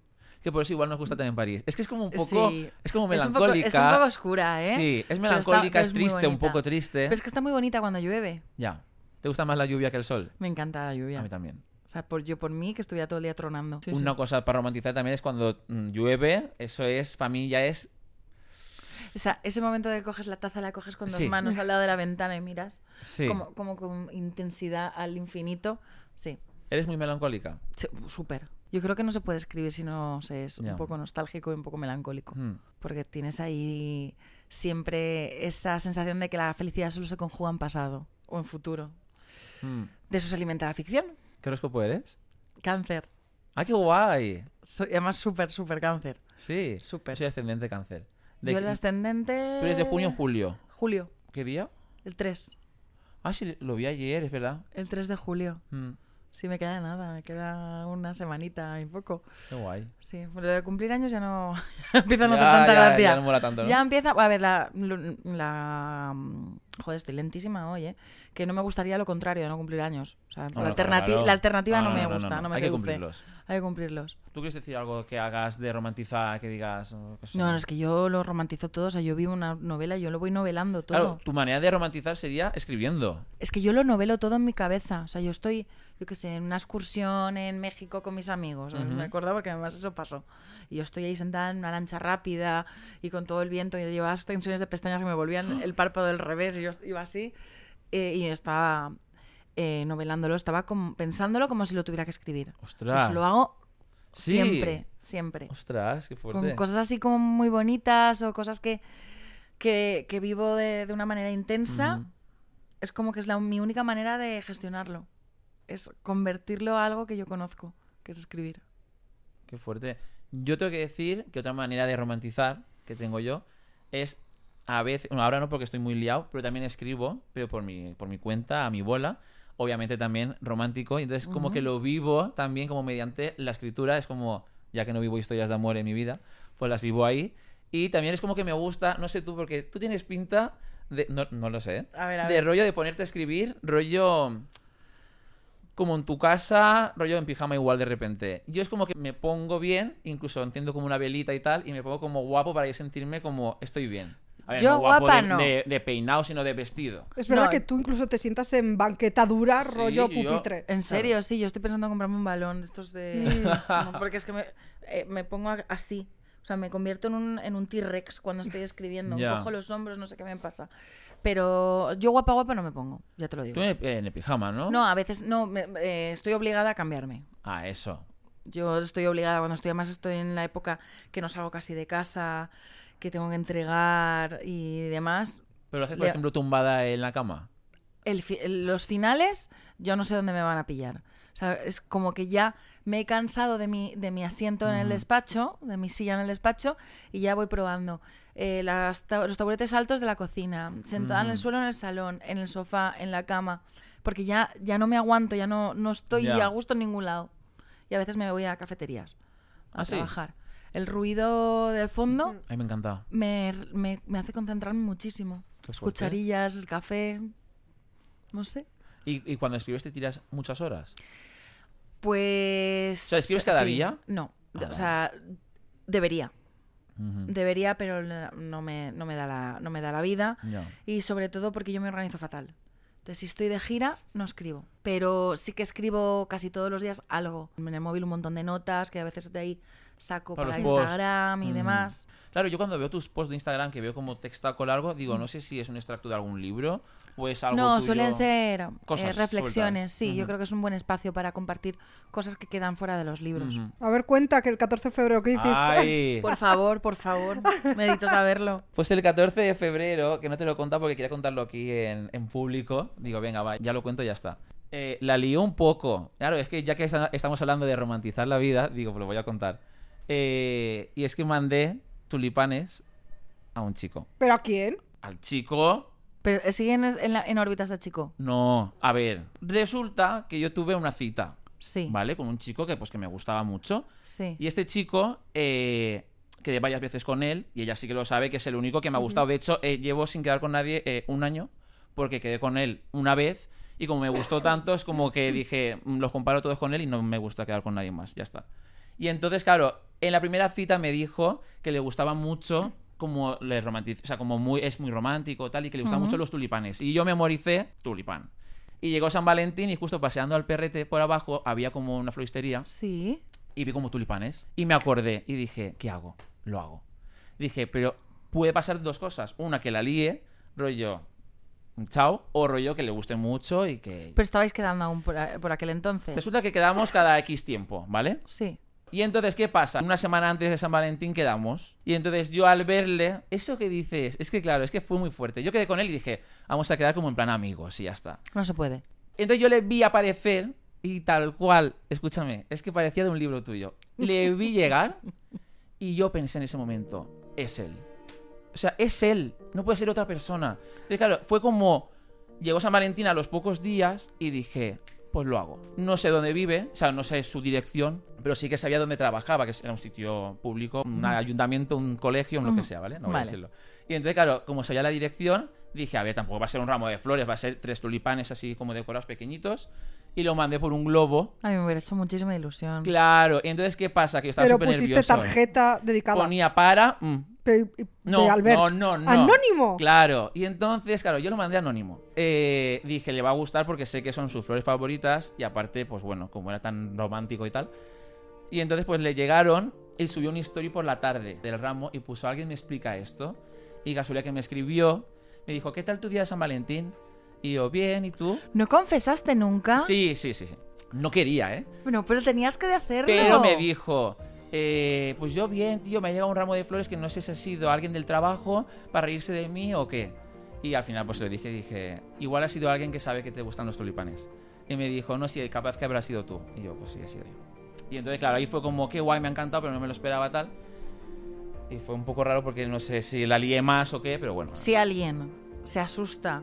Que por eso igual nos gusta también París. Es que es como un poco.
Sí.
Es como
un poco-
melancólica.
Es un poco, oscura, ¿eh?
Sí, es
Pero
melancólica,
está-
es
muy
triste, un
bonita.
poco triste.
Pero es que está muy bonita cuando llueve.
Ya. ¿Te gusta más la lluvia que el sol?
Me encanta la lluvia.
A mí también.
O sea, por, yo por mí, que estuviera todo el día tronando.
Una cosa para romantizar también es cuando mm, llueve. Eso es, para mí ya es.
O sea, ese momento de que coges la taza, la coges con dos
Sí.
manos al lado de la ventana y miras.
Sí.
Como, como con intensidad al infinito. Sí,
Eres muy melancólica.
Sí, súper. Yo creo que no se puede escribir si no se es
Ya.
un poco nostálgico y un poco melancólico.
Mm.
Porque tienes ahí siempre esa sensación de que la felicidad solo se conjuga en pasado o en futuro.
Mm.
De eso se alimenta la ficción.
¿Qué horóscopo eres?
Cáncer.
¡Ah, qué guay!
Soy, además, súper, súper cáncer.
Sí.
Súper.
Soy ascendente cáncer. De-
Yo el ascendente...
Pero es de junio en julio.
Julio.
¿Qué día?
El 3.
Ah, sí, lo vi ayer, es verdad.
El 3 de julio.
Mm,
Sí, me queda nada. Me queda una semanita y poco.
qué guay.
Sí, pero lo de cumplir años ya no *laughs* empieza a no
Ya,
hacer tanta
ya,
gracia.
ya no mola tanto, ¿no?
Ya empieza, a ver, la, lu- la- mm, Joder, estoy lentísima hoy, ¿eh? Que no me gustaría lo contrario, no cumplir años. O sea, la,
Bueno,
alternati-
claro.
la alternativa no, me
no,
gusta, no, me
Hay que
seduce.
cumplirlos.
Hay que cumplirlos.
¿Tú quieres decir algo que hagas de romantizar, que digas... oh, qué sé?
No, no, es que yo lo romantizo todo. O sea, yo vivo una novela y yo lo voy novelando todo.
Claro, tu manera de romantizar sería escribiendo.
Es que yo lo novelo todo en mi cabeza. O sea, yo estoy, yo qué sé, en una excursión en México con mis amigos. Me acuerdo porque además eso pasó. Y yo estoy ahí sentada en una lancha rápida y con todo el viento y llevaba esas tensiones de pestañas que
*gasps*
me volvían el párpado del revés y yo iba así. eh, y estaba eh, novelándolo, estaba como- pensándolo como si lo tuviera que escribir.
Ostras.
Eso Pues lo hago
Sí.
siempre, siempre
Ostras, qué fuerte.
con cosas así como muy bonitas o cosas que, que, que vivo de, de una manera intensa,
Ujú.
es como que es la, mi única manera de gestionarlo. Es convertirlo a algo que yo conozco, que es escribir.
Qué fuerte. Yo tengo que decir que otra manera de romantizar que tengo yo es a veces, bueno, ahora no porque estoy muy liado, pero también escribo, pero por mi, por mi cuenta, a mi bola, obviamente también romántico, y entonces como que lo vivo también como mediante la escritura, es como, ya que no vivo historias de amor en mi vida, pues las vivo ahí, y también es como que me gusta, no sé tú, porque tú tienes pinta de, no, no lo sé,
A ver, a
de
ver.
rollo de ponerte a escribir, rollo como en tu casa, rollo en pijama igual de repente. Yo es como que me pongo bien, incluso enciendo como una velita y tal, y me pongo como guapo para yo sentirme como estoy bien. A
Yo
de,
guapa no.
de- de peinado, sino de vestido.
Es verdad
No.
que tú incluso te sientas en banqueta dura,
Sí,
rollo
y yo-
pupitre.
En serio, sí, yo estoy pensando en comprarme un balón de estos de...
*laughs*
como- porque es que me, eh, me pongo a- así. O sea, me convierto en un, en un T-Rex
*laughs*
cuando estoy escribiendo.
Ya.
Cojo los hombros, no sé qué me pasa. Pero yo guapa guapa no me pongo, ya te lo digo.
Tú en el, en el pijama, ¿no?
No, a veces no, me- me- estoy obligada a cambiarme.
Ah, eso.
Yo estoy obligada, cuando estoy además estoy en la época que no salgo casi de casa, que tengo que entregar y demás.
Pero lo haces, por
Le-
ejemplo, tumbada en la cama.
El fi- el- los finales yo no sé dónde me van a pillar. O sea, es como que ya me he cansado de mi, de mi asiento en el despacho, de mi silla en el despacho, y ya voy probando. eh, las ta- los taburetes altos de la cocina, sentada en el
Ujú.
suelo en el salón, en el sofá, en la cama, porque ya, ya no me aguanto, ya no, no estoy
Ya.
a gusto en ningún lado. Y a veces me voy a cafeterías a
Ah, ¿sí?
trabajar. El ruido de fondo
A mí me encanta.
me, me- me hace concentrarme muchísimo.
Qué
Las
fuerte.
cucharillas, el café, no sé.
Y, y cuando escribes te tiras muchas horas.
Pues...
O sea, ¿escribes cada día?
No,
Ah, Mm.
o sea, debería.
Ujú.
Debería, pero la- no me, no me da la, no me da la vida.
Ya.
Y sobre todo porque yo me organizo fatal. Entonces, si estoy de gira, no escribo. Pero sí que escribo casi todos los días algo. En el móvil un montón de notas que a veces de ahí saco
Para
para,
los posts. Mm.
Instagram y
Ujú.
demás.
Claro, yo cuando veo tus posts de Instagram que veo como textaco largo, digo, no sé si es un extracto de algún libro o es algo
No,
tuyo.
suelen ser eh,
Cosas sueltas.
reflexiones, sí. Yo
Ujú.
creo que es un buen espacio para compartir cosas que quedan fuera de los libros.
Ujú.
A ver, cuenta que el 14 de febrero que hiciste.
Ay.
"Ah, Por favor, por favor, *laughs* necesito saberlo.
Pues el 14 de febrero, que no te lo he contado porque quería contarlo aquí en, en público, digo, venga, va, ya lo cuento y ya está. Eh, la lió un poco. Claro, es que ya que esta- estamos hablando de romantizar la vida, digo, pues lo voy a contar. Eh, y es que mandé tulipanes a un chico.
¿Pero a quién?
Al chico
Pero eh, siguen en, en la- en órbita este chico.
No, a ver. Resulta que yo tuve una cita.
Sí.
¿vale? Con un chico que, pues, que me gustaba mucho.
Sí.
Y este chico, eh, quedé varias veces con él, y ella sí que lo sabe, que es el único que me ha gustado. De hecho, eh, llevo sin quedar con nadie eh, un año, porque quedé con él una vez, y como me gustó tanto, es como que dije, "Mm, los comparo todos con él y no me gusta quedar con nadie más, ya está. Y entonces, claro, en la primera cita me dijo que le gustaba mucho como le romantiz- o sea, como muy, es muy romántico tal, y que le gustan mucho los tulipanes. Y yo memoricé tulipán. Y llegó San Valentín y justo paseando al perrete por abajo había como una floristería
Sí.
y vi como tulipanes. Y me acordé y dije, ¿qué hago? Lo hago. Dije, pero puede pasar dos cosas. Una, que la líe, rollo, chao, o rollo que le guste mucho y que...
Pero estabais quedando aún por, a- por aquel entonces.
Resulta que quedamos cada X tiempo, ¿vale?
Sí.
Y entonces, ¿qué pasa? Una semana antes de San Valentín quedamos. Y entonces yo al verle, eso que dices, es que claro, es que fue muy fuerte. Yo quedé con él y dije, vamos a quedar como en plan amigos y ya está.
No se puede.
Entonces yo le vi aparecer y tal cual, escúchame, es que parecía de un libro tuyo. Le vi llegar y yo pensé en ese momento, es él. O sea, es él, no puede ser otra persona. Entonces, claro, fue como llegó San Valentín a los pocos días y dije, pues lo hago. No sé dónde vive, o sea, no sé su dirección, pero sí que sabía dónde trabajaba, que era un sitio público, un ayuntamiento, un colegio, un lo que sea, ¿vale? No voy a
Vale.
decirlo. Y entonces, claro, como sabía la dirección, dije, a ver, tampoco va a ser un ramo de flores, va a ser tres tulipanes así como decorados pequeñitos. Y lo mandé por un globo.
A mí me hubiera hecho muchísima ilusión.
Claro, y entonces, ¿qué pasa? Que yo estaba
Ah. Pero
súper
pusiste
nervioso.
tarjeta dedicada.
Ponía para... mm,
Pe- de
no,
Albert.
no, no, no.
Anónimo.
Claro. Y entonces, claro, yo lo mandé anónimo. Eh, dije, le va a gustar porque sé que son sus flores favoritas. Y aparte, pues bueno, como era tan romántico y tal. Y entonces, pues le llegaron y subió un story por la tarde del ramo y puso, alguien me explica esto. Y casualidad que me escribió, me dijo, ¿qué tal tu día de San Valentín? Y yo, bien, ¿y tú?
¿No confesaste nunca?
Sí, sí, sí. sí. No quería, ¿eh?
Bueno, pero tenías que hacerlo.
Pero me dijo, eh, pues yo bien, tío, me ha llegado un ramo de flores que no sé si ha sido alguien del trabajo para reírse de mí o qué. Y al final pues le dije, dije, igual ha sido alguien que sabe que te gustan los tulipanes. Y me dijo, no, sí, capaz que habrá sido tú. Y yo, pues sí, ha sido yo. Y entonces, claro, ahí fue como, qué guay, me ha encantado, pero no me lo esperaba tal. Y fue un poco raro porque no sé si la lié más o qué, pero bueno.
Si alguien se asusta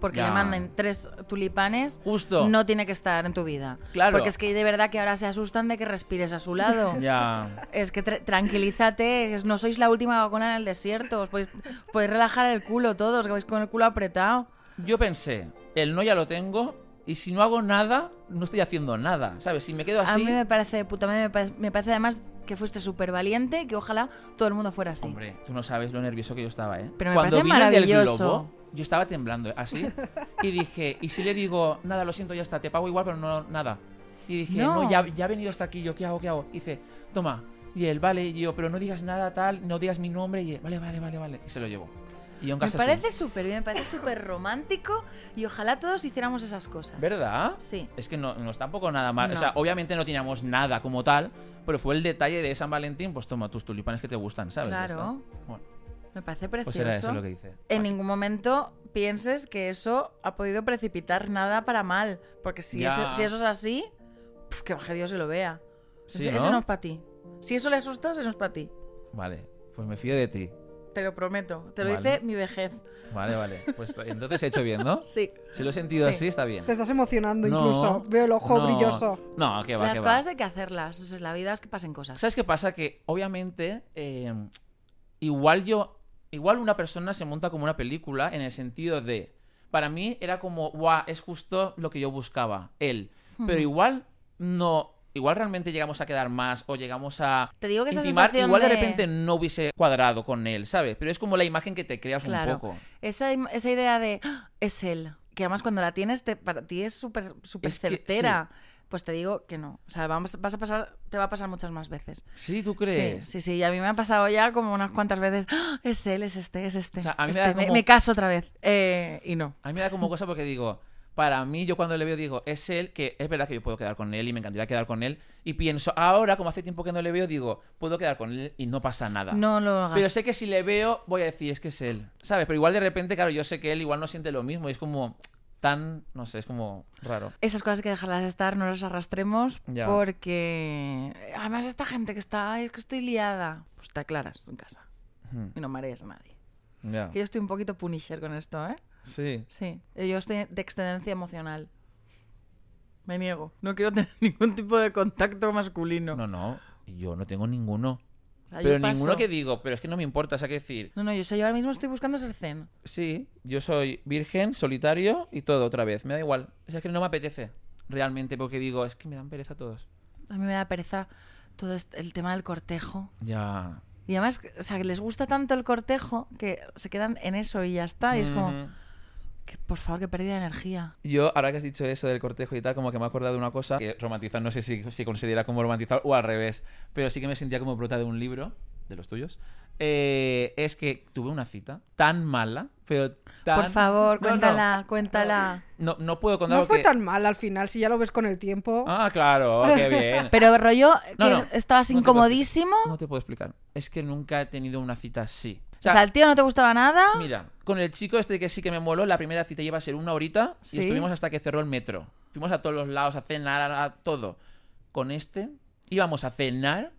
porque
Ya.
le manden tres tulipanes,
Justo.
no tiene que estar en tu vida.
Claro.
Porque es que de verdad que ahora se asustan de que respires a su lado.
*laughs* Ya.
Es que tra- tranquilízate, es- no sois la última vacuna en el desierto. Os podéis, podéis relajar el culo todos, que vais con el culo apretado.
Yo pensé, el no ya lo tengo y si no hago nada, no estoy haciendo nada, ¿sabes? Si me quedo así...
A mí me parece de puta madre, me parece, me parece además que fuiste súper valiente y que ojalá todo el mundo fuera así.
Hombre, tú no sabes lo nervioso que yo estaba, ¿eh?
Pero me
Cuando
parece
vine del
maravilloso.
globo, yo estaba temblando, ¿eh?
*laughs*
así. Y dije, ¿y si le digo, nada, lo siento, ya está, te pago igual, pero no, nada? Y dije, no,
No.
ya, ya he venido hasta aquí, yo, ¿qué hago, qué hago? Y dice, toma. Y él, vale, y yo, pero no digas nada, tal, no digas mi nombre, y él, vale, vale, vale, vale. Y se lo llevó. Y yo en
Me
casa
parece
así,
súper bien, me parece súper romántico y ojalá todos hiciéramos esas cosas.
¿Verdad?
Sí.
Es que no, no es tampoco nada mal. O
No.
sea, obviamente no teníamos nada como tal, pero fue el detalle de San Valentín, pues toma tus tulipanes que te gustan, ¿sabes? Ya
Claro.
está. Bueno,
Me parece
pues
precioso.
era eso lo que hice.
En ningún momento pienses que eso ha podido precipitar nada para mal. Porque si,
Ya.
eso, si eso es así, pf, que baje Dios y lo vea.
Sí,
eso,
¿no?
eso no es para ti. Si eso le asusta, eso no es para ti.
Vale, pues me fío de ti.
Te lo prometo. Te lo
Vale.
dice mi vejez.
Vale, vale. Pues entonces he hecho bien,
*laughs*
¿no?
Sí.
Si lo he sentido
Sí.
así, está bien.
Te estás emocionando
No,
incluso. Veo el ojo
no,
brilloso.
No, que va,
Las
que
cosas
va.
hay que hacerlas. O sea, la vida es que pasen cosas.
¿Sabes qué pasa? Que obviamente, eh, igual yo. Igual una persona se monta como una película en el sentido de. Para mí era como, guau, es justo lo que yo buscaba, él. Pero igual no. Igual realmente llegamos a quedar más o llegamos a.
Te digo que esa
intimar.
sensación
Igual de
de-
repente no hubiese cuadrado con él, ¿sabes? Pero es como la imagen que te creas
Claro.
un poco.
Esa, im- esa idea de "Ah, es él. Que además cuando la tienes, te- para ti es súper súper
Es que- sí.
certera. Pues te digo que no. O sea, vamos, vas a pasar, te va a pasar muchas más veces.
Sí, ¿tú
Sí,
crees?
Sí, sí, y a mí me ha pasado ya como unas cuantas veces. ¡Ah! Es él, es este, es este.
O sea, a mí me da
este,
como-
me caso otra vez. Eh, y no.
A mí me da como cosa porque digo, para mí, yo cuando le veo digo, es él, que es verdad que yo puedo quedar con él y me encantaría quedar con él. Y pienso, ahora, como hace tiempo que no le veo, digo, puedo quedar con él y no pasa nada.
No lo hagas.
Pero sé que si le veo, voy a decir, es que es él. ¿Sabes? Pero igual de repente, claro, yo sé que él igual no siente lo mismo. Y es como tan, no sé, es como raro.
Esas cosas hay que dejarlas estar, no las arrastremos,
Ya.
porque además esta gente que está, "Ay, es que estoy liada, pues te aclaras en casa
Ujú.
y no marees a nadie.
Hmm, Ya.
Que yo estoy un poquito punisher con esto, ¿eh?
Sí.
Sí, yo estoy de excedencia emocional. Me niego. No quiero tener *laughs* ningún tipo de contacto masculino.
No, no, yo no tengo ninguno.
O sea, Ah, yo
pero
paso.
ninguno que digo, pero es que no me importa, o sea, que decir,
No, no, yo, sé, yo ahora mismo estoy buscando ser zen.
sí, yo soy virgen, solitario y todo otra vez, me da igual. O sea, es que no me apetece realmente porque digo, es que me dan pereza todos.
A mí me da pereza todo este- el tema del cortejo.
Ya.
Y además, o sea, que les gusta tanto el cortejo que se quedan en eso y ya está. Y es como,
Ujú.
que, por favor, que pérdida de energía.
Yo, ahora que has dicho eso del cortejo y tal, como que me he acordado de una cosa que romantizar, no sé si se considera como romantizar o al revés, pero sí que me sentía como prota de un libro, de los tuyos. Eh, es que tuve una cita tan mala, pero tan.
Por favor,
No, no.
cuéntala, cuéntala.
No, no puedo contar
No
lo
fue
que-
tan mal al final, si ya lo ves con el tiempo.
Ah, claro, qué bien.
*laughs* Pero rollo, que
No, no. No
estabas
te puedo
incomodísimo.
No te puedo explicar. Es que nunca he tenido una cita así. O
O sea, el tío no te gustaba nada.
Mira, con el chico este que sí que me moló, la primera cita iba a ser una horita
Sí.
y estuvimos hasta que cerró el metro. Fuimos a todos los lados a cenar, a, a todo. Con este íbamos a cenar,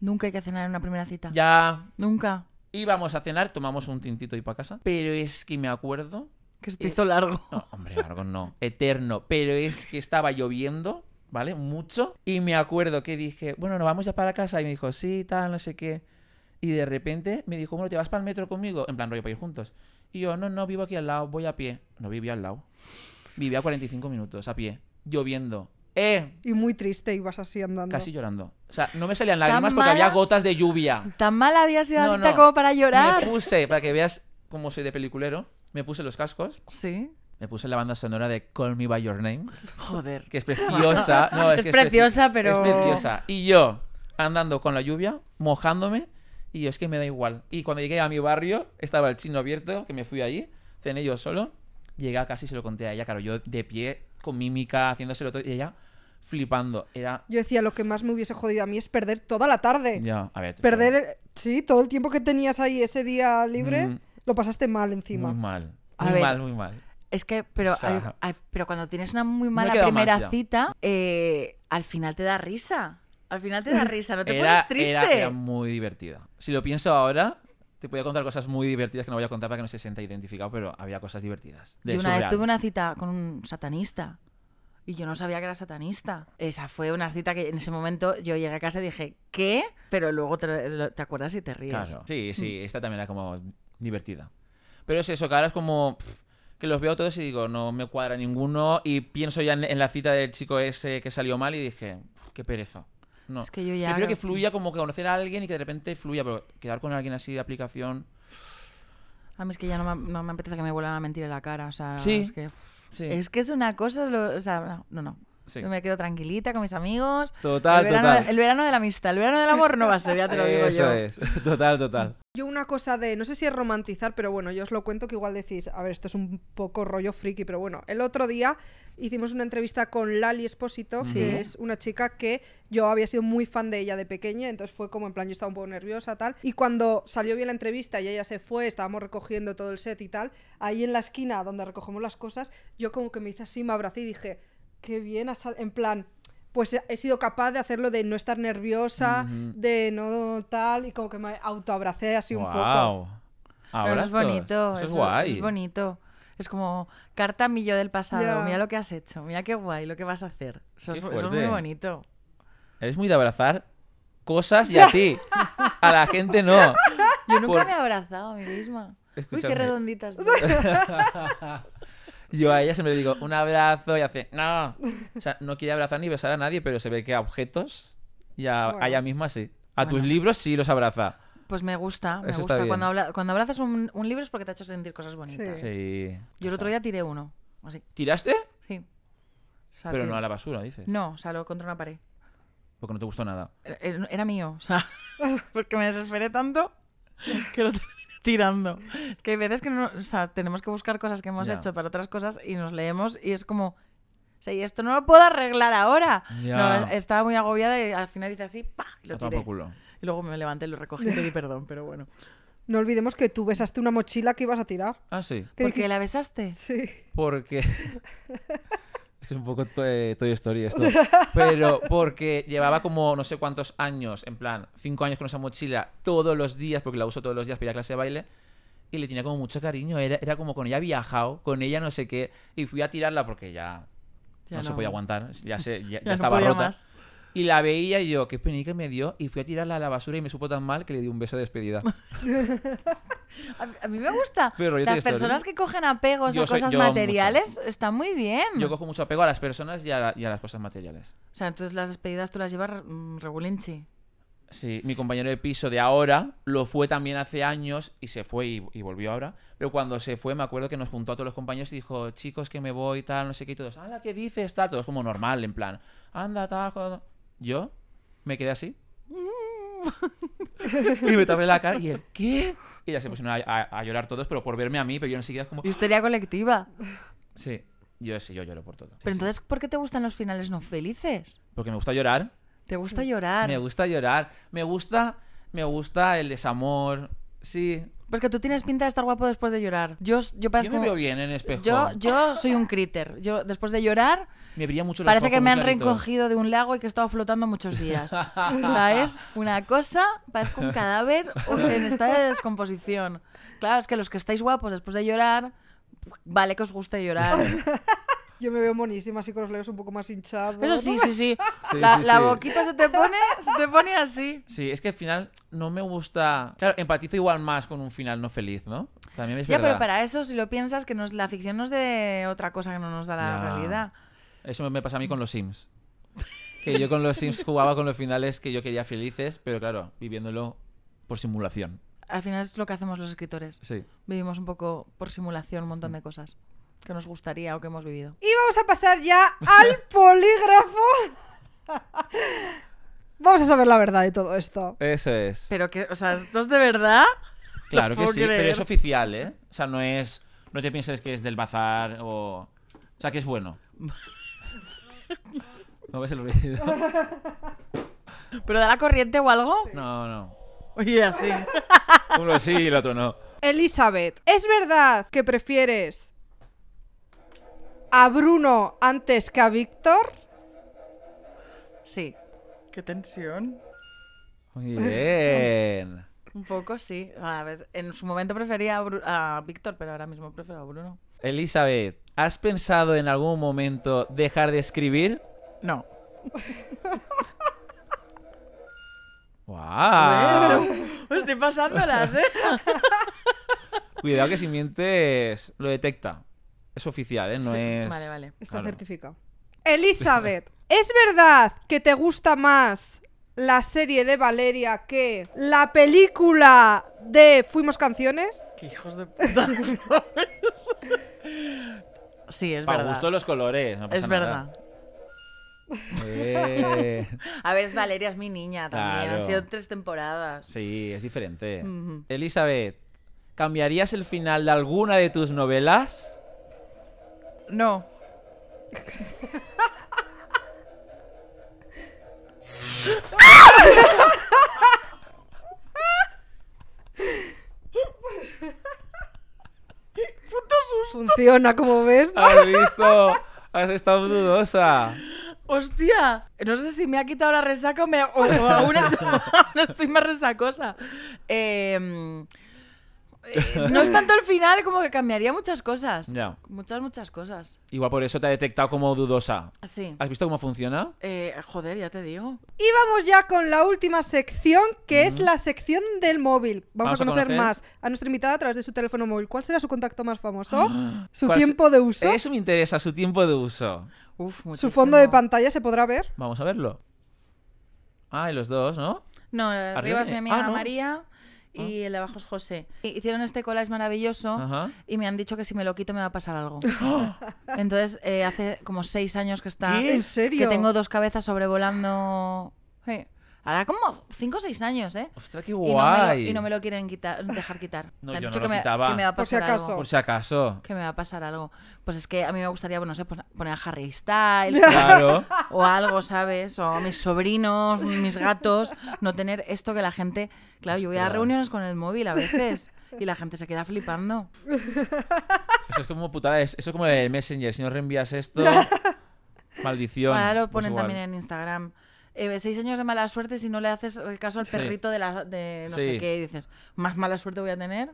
Nunca hay que cenar en una primera cita.
ya
Nunca.
íbamos a cenar, tomamos un tintito y para casa. Pero es que me acuerdo,
Que se te hizo largo.
*laughs* no, hombre, largo no, eterno, pero es que estaba lloviendo, ¿vale? Mucho. Y me acuerdo que dije, bueno, nos vamos ya para casa y me dijo, sí, tal, no sé qué. Y de repente me dijo, bueno, ¿te vas para el metro conmigo? En plan, rollo, para ir juntos. Y yo, no, no, vivo aquí al lado, voy a pie. No vivía al lado. Vivía 45 minutos a pie, lloviendo. ¡Eh!
Y muy triste, ibas así andando.
Casi llorando. O sea, no me salían
Tan
lágrimas porque había
mala-
gotas de lluvia.
Tan mal había sido la
No,
cita
no.
como para llorar.
Me puse, para que veas cómo soy de peliculero, me puse los cascos,
Sí.
me puse la banda sonora de Call Me By Your Name.
Joder.
que es
*laughs*
preciosa. No, es,
Es
que
preciosa,
preci-
pero-
Es preciosa. Y yo, andando con la lluvia, mojándome, y yo, es que me da igual. Y cuando llegué a mi barrio, estaba el chino abierto, que me fui allí, cené yo solo, llegué a casa y se lo conté a ella, claro, yo de pie, con mímica, haciéndoselo todo, y ella flipando. Era...
Yo decía, lo que más me hubiese jodido a mí es perder toda la tarde.
Ya, a ver. te-
Perder, eh, sí, todo el tiempo que tenías ahí ese día libre,
Mm.
lo pasaste mal encima.
Muy mal.
A
Muy
ver.
mal, muy mal.
Es que, pero,
O sea-
hay- hay- pero cuando tienes una muy
he
mala
quedado más
primera
ya.
cita, eh, al final te da risa. Al
*laughs*
final te da risa, no te
Era,
pones triste.
era- era muy divertida. Si lo pienso ahora, te podía contar cosas muy divertidas que no voy a contar para que no se sienta identificado, pero había cosas divertidas. De
Yo una vez
surreal.
tuve una cita con un satanista y yo no sabía que era satanista. Esa fue una cita que en ese momento yo llegué a casa y dije, ¿qué? Pero luego te, lo- te acuerdas y te ríes.
Claro. Sí,
Mm.
sí, esta también era como divertida. Pero es eso, que ahora es como pff, que los veo todos y digo, no me cuadra ninguno. Y pienso ya en, en la cita del chico ese que salió mal y dije, "Uf, qué pereza. No.
Es que yo ya-
Prefiero que fluya como que conocer a alguien y que de repente fluya, pero quedar con alguien así de aplicación.
A mí es que ya no me, no me apetece que me vuelvan a mentir en la cara. O sea,
Sí.
es, que,
Sí.
es que es una cosa, lo- o sea, no, no. no.
Sí.
Yo me quedo tranquilita con mis amigos.
Total,
el verano,
total.
El verano de la amistad, el verano del amor no va a ser, ya
*laughs*
te lo digo yo.
es. Total, total.
Yo una cosa de, no sé si es romantizar, pero bueno, yo os lo cuento que igual decís, a ver, esto es un poco rollo friki, pero bueno, el otro día hicimos una entrevista con Lali Espósito, que es una chica que yo había sido muy fan de ella de pequeña, entonces fue como en plan, yo estaba un poco nerviosa, tal, y cuando salió bien la entrevista y ella se fue, estábamos recogiendo todo el set y tal, ahí en la esquina donde recogemos las cosas, yo como que me hice así, me abracé y dije, qué bien, ha sal-", en plan... Pues he sido capaz de hacerlo, de no estar nerviosa, de no tal, y como que me autoabracé así un poco.
Wow.
Pero eso
Ahora
es bonito.
Eso es
eso-
guay.
Es bonito. Es como carta a mi yo del pasado.
Ya.
Mira lo que has hecho. Mira qué guay lo que vas a hacer. Eso,
Qué
es, eso es muy
fuerte.
bonito.
Eres muy de abrazar cosas
*laughs*
y a ti. A la gente no.
Yo nunca
Por-
me he abrazado a mí misma. Uy, qué
Escúchame.
redonditas.
*laughs* Yo a ella siempre le digo un abrazo y hace, no. O sea, no quiere abrazar ni besar a nadie, pero se ve que a objetos y a,
Bueno.
a ella misma sí. A tus
Bueno.
libros sí los abraza.
Pues me gusta, me
Eso está
gusta.
bien.
Cuando, habla- cuando abrazas un, un libro es porque te ha hecho sentir cosas bonitas.
Sí.
Sí.
Yo el otro día tiré uno. Así.
¿Tiraste?
Sí. O sea,
Pero
tiré-
no a la basura, dices.
No, o sea, lo contra una pared.
Porque no te gustó nada.
Era, era- Eh, era mío, o sea, *laughs* porque me desesperé
*laughs*
tanto que lo terminé tirando. Es que hay veces que no, o sea, tenemos que buscar cosas que hemos
Ya.
hecho para otras cosas y nos leemos y es como, o sea, y esto no lo puedo arreglar ahora.
Ya.
No, estaba muy agobiada y al final hice así, ¡pa! y Lo
A tomar
tiré.
por culo.
Y luego me levanté, lo recogí y pedí perdón, pero bueno.
No olvidemos que tú besaste una mochila que ibas a tirar.
Ah, sí.
¿Qué
¿Por
dijiste?
qué la besaste?
Sí.
Porque. es que *laughs* es un poco to- eh, Toy Story esto. Pero porque llevaba como no sé cuántos años, en plan, cinco años con esa mochila todos los días, porque la uso todos los días para ir a clase de baile. Y le tenía como mucho cariño. Era, era como con ella viajado, con ella no sé qué. Y fui a tirarla porque ya. no,
Ya
se
no.
podía aguantar, ya, se,
*laughs*
ya, ya
no
estaba
podía
rota.
más.
Y la veía y yo, qué penica me dio, y fui a tirarla a la basura y me supo tan mal que le di un beso de
*laughs*
despedida.
A, a mí me gusta.
Pero yo te
Las
estoy-
personas que cogen apegos
Yo
a
soy-
cosas
yo mucho.
materiales están muy bien.
Yo cojo mucho apego a las personas y a, la- y a las cosas materiales.
O sea, entonces las despedidas tú las llevas mm, regulinchi.
Sí, mi compañero de piso de ahora lo fue también hace años y se fue y, y volvió ahora. Pero cuando se fue, me acuerdo que nos juntó a todos los compañeros y dijo, chicos, que me voy, tal, no sé qué, y todos, ¡Hala, qué dices! Está todos como normal, en plan, anda, tal, joder". Yo me quedé así. *laughs* y me tapé la cara y él, ¿qué? Y ya se pusieron a, a- a llorar todos, pero por verme a mí, pero yo enseguida como,
Historia colectiva.
sí, yo sí, yo lloro por todo. Sí,
Pero
sí.
entonces, ¿por qué te gustan los finales no felices?
Porque me gusta llorar.
¿Te gusta llorar?
Mm, Me gusta llorar. Me gusta, me gusta el desamor. Sí.
Porque tú tienes pinta de estar guapo después de llorar. Yo, s- yo
Yo
parezco...
me veo bien en espejo.
Yo, yo soy un críter. Yo, después de llorar,
Me brilla mucho los
parece
ojos
que me han
muy claritos.
recogido de un lago y que he estado flotando
*laughs*
muchos días. ¿Sabes? Una cosa, parezco un cadáver o- en estado de descomposición. Claro, es que los que estáis guapos después de llorar, vale que os guste
*laughs*
llorar.
*laughs* Yo me veo monísima así con los labios un poco más hinchados.
Eso sí, sí, sí.
Sí,
la
sí,
la
sí.
boquita se te pone, se te pone así.
Sí, es que al final no me gusta. Claro, empatizo igual más con un final no feliz, ¿no? También es
Ya,
verdad.
pero para eso, si lo piensas, que nos, la ficción nos dé otra cosa que no nos da la
Ya.
realidad.
Eso me pasa a mí con los Sims. *laughs* Que yo con los Sims jugaba con los finales que yo quería felices, pero claro, viviéndolo por simulación.
Al final es lo que hacemos los escritores.
Sí.
Vivimos un poco por simulación un montón de cosas que nos gustaría o que hemos vivido.
Y vamos a pasar ya al polígrafo. *laughs* vamos a saber la verdad de todo esto.
Eso es.
Pero que, o sea, ¿esto es de verdad?
Claro
No
que
puedo
sí, pero
creer.
es oficial, ¿eh? O sea, no es. No te pienses que es del bazar o. O sea, que es
*laughs*
bueno. ¿No ves el ruido?
*laughs* ¿Pero da la corriente o algo?
No, no.
Oye, así.
Uno sí y el otro no.
Elizabeth, ¿es verdad que prefieres a Bruno antes que a Víctor?
Sí. Qué tensión.
Muy bien.
Un poco, sí. A ver, en su momento prefería a, Bru- a Víctor, pero ahora mismo prefiero a Bruno.
Elizabeth, ¿has pensado en algún momento dejar de escribir?
Pues. No.
¡Wow!
Estoy pasándolas, ¿eh?
Cuidado que si mientes lo detecta. Es oficial, ¿eh? No
Sí,
es.
vale, vale.
Está
Claro.
certificado. Elizabeth, *laughs* ¿es verdad que te gusta más la serie de Valeria que la película de Fuimos Canciones?
Qué hijos de puta *laughs* Sí, es
Para
verdad.
gusto los colores. No pasa
es verdad.
nada.
*laughs*
Bien.
A ver, es Valeria es mi niña también.
Claro.
Han sido tres temporadas.
Sí, es diferente.
Ujú.
Elizabeth, ¿cambiarías el final de alguna de tus novelas?
No.
Funciona, como ves.
¿Has visto? Has estado dudosa.
¡Hostia! No sé si me ha quitado la resaca o, me, o- o aún, es- *laughs* aún estoy más resacosa. Eh, eh, no es tanto el final como que cambiaría muchas cosas.
Ya.
Muchas, muchas cosas.
Igual por eso te ha detectado como dudosa.
Sí.
¿Has visto cómo funciona?
Eh, joder, ya te digo.
Y vamos ya con la última sección, que es la sección del móvil. Vamos, a, conocer más a nuestra invitada a través de su teléfono móvil. ¿Cuál será su contacto más famoso? ¿Su
¿Cuál se-
tiempo de uso?
Eso me interesa, su tiempo de uso.
Uf,
¿Su
muchísimo.
fondo de pantalla se podrá ver?
Vamos a verlo. Ah, y los dos, ¿no?
No, el de
Arriba
arriba es mi
tiene-
amiga
ah, no. Ah.
María y el de abajo es José. Y Hicieron este collage maravilloso *gasps*
Ajá.
y me han dicho que si me lo quito me va a pasar *laughs* algo. Entonces, eh, hace como seis años que está...
¿Qué? ¿En serio?
Que tengo dos cabezas sobrevolando... Sí. Ahora como cinco o seis años, ¿eh?
Ostras, qué
Y no, me lo,
guay.
y no me lo quieren quitar, dejar quitar.
No,
me han
yo no
dicho
lo
que, me,
quitaba.
que me va a
Por si
pasar
acaso.
Por
algo.
si acaso.
Que me va a pasar algo. Pues es que a mí me gustaría, bueno, no sé, pues poner a Harry *laughs* Styles,
Claro.
o algo, ¿sabes? O a mis sobrinos, mis gatos, no tener esto que la gente, claro, yo voy a
Ostras.
reuniones con el móvil a veces y la gente se queda flipando.
Eso es como putada. es- Eso es como el Messenger. Si no reenvías
*laughs*
esto. Maldición.
Ahora lo
Pues
ponen
igual.
también en Instagram. Eh, seis años de mala suerte si no le haces el caso al
Sí.
perrito de, la, de no
Sí.
sé qué y dices, ¿más mala suerte voy a tener?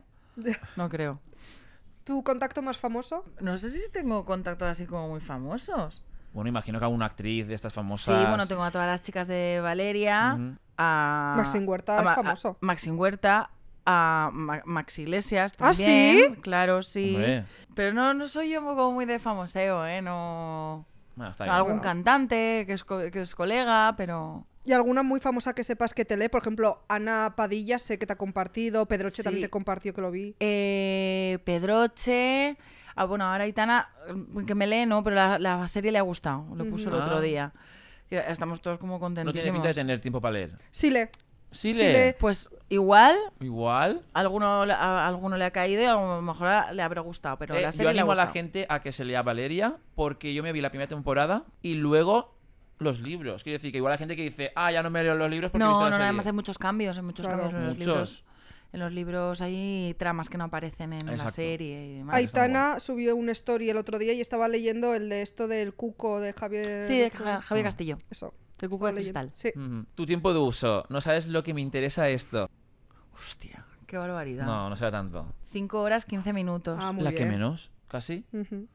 No creo.
*laughs* ¿Tu contacto más famoso?
No sé si tengo contactos así como muy famosos.
Bueno, imagino que alguna actriz de estas
Sí,
famosas.
bueno, tengo a todas las chicas de Valeria,
Ujú.
a...
Maxim Huerta
a
es
Ma- a
famoso.
Maxim Huerta, a Ma- Max Iglesias
¿Ah,
también.
sí?
Claro, sí.
Hombre.
Pero no, no soy yo como muy de famoseo, ¿eh? No...
Bueno, está
no,
bien.
algún
Bueno.
cantante que es, co- que es colega, pero...
¿Y alguna muy famosa que sepas que te lee? Por ejemplo, Ana Padilla, sé que te ha compartido. Pedroche
Sí.
también te compartió que lo vi.
Eh, Pedroche... Ah, bueno, ahora Aitana, mm, que me lee, no, pero la, la serie le ha gustado. Lo puso el
Ujú.
otro
Ah.
día. Que Estamos todos como
No
contentísimos.
tiene pinta de tener tiempo para leer.
Sí, lee.
Sí,
Sí,
lee.
lee.
Pues igual,
Igual.
alguno, le- a, alguno le ha caído y a lo mejor a- le habrá gustado, pero
Eh,
la
yo
serie le ha
animo a la
gustado.
gente a que se lea Valeria, porque yo me vi la primera temporada y luego los libros. Quiero decir que igual hay gente que dice, ah, ya no me leo los libros porque he visto
No,
la
no, no,
serie".
además hay muchos cambios, hay muchos
Claro.
cambios en los
Muchos.
libros. En los libros hay tramas que no aparecen en la
Exacto.
serie y demás.
Ahí está.
Aitana subió un story el otro día y estaba leyendo el de esto del cuco de Javier.
Sí, de Ja- Javier Castillo.
Eso.
El cuco de
estaba leyendo.
cristal.
Sí.
Ujú. Tu tiempo de uso. No sabes lo que me interesa esto.
Hostia, qué barbaridad.
No, no será tanto.
5 horas 15 minutos.
Ah, muy
la que
bien.
menos, casi.
Mm.
Ujú.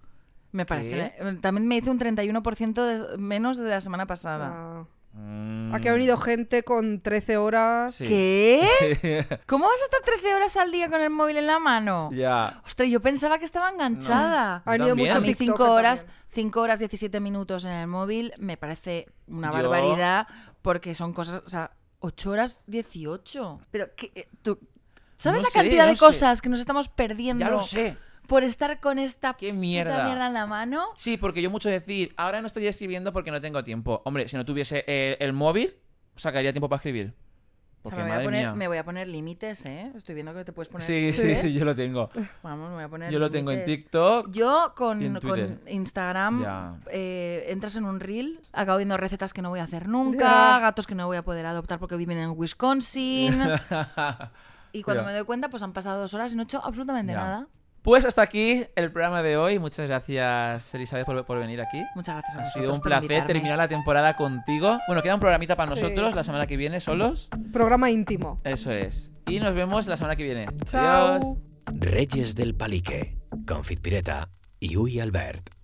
me parece. eh, También me hice un 31% de- menos de la semana pasada.
Ah.
Mm.
Aquí ha venido gente con 13 horas.
Sí.
¿Qué?
*laughs*
¿Cómo vas a estar 13 horas al día con el móvil en la mano?
Mm, ya.
Ostras, yo pensaba que estaba enganchada.
Ha venido
También.
mucho
A mí
TikToker
5 horas,
también.
5 horas 17 minutos en el móvil me parece una
Yo-
barbaridad porque son cosas, o sea, 8 horas 18. Pero que eh, tú
No
¿Sabes la
sé,
cantidad
no
de
sé.
cosas que nos estamos perdiendo?
Ya lo sé.
Por estar con esta
Qué
puta
mierda.
mierda en la mano.
Sí, porque yo mucho decir, ahora no estoy escribiendo porque no tengo tiempo. Hombre, si no tuviese eh, el móvil, sacaría tiempo para escribir.
O sea,
Porque,
me, voy a
madre
poner,
mía.
me voy a poner límites, ¿eh? Estoy viendo que te puedes poner
Sí, sí,
límites.
sí, yo lo tengo.
Vamos, me voy a poner
Yo lo tengo en
límites.
TikTok.
Yo
Y
con,
en
con
Twitter. Ya.
Instagram eh, entras en un reel, acabo viendo recetas que no voy a hacer nunca,
Ya.
gatos que no voy a poder adoptar porque viven en
*laughs*
Wisconsin. y cuando
Ya.
me doy cuenta, pues han pasado dos horas y no he hecho absolutamente
Ya.
nada.
Pues hasta aquí el programa de hoy. Muchas gracias, Elizabeth, por, por venir aquí.
Muchas gracias. a
Ha sido
vosotros
un
por
placer
invitarme.
terminar la temporada contigo. Bueno, queda un programita para
Sí.
nosotros la semana que viene, solos.
Programa íntimo.
Eso es. Y nos vemos la semana que viene.
Chao.
Adiós.
Reyes del Palique, Confit Pireta y Uy Albert.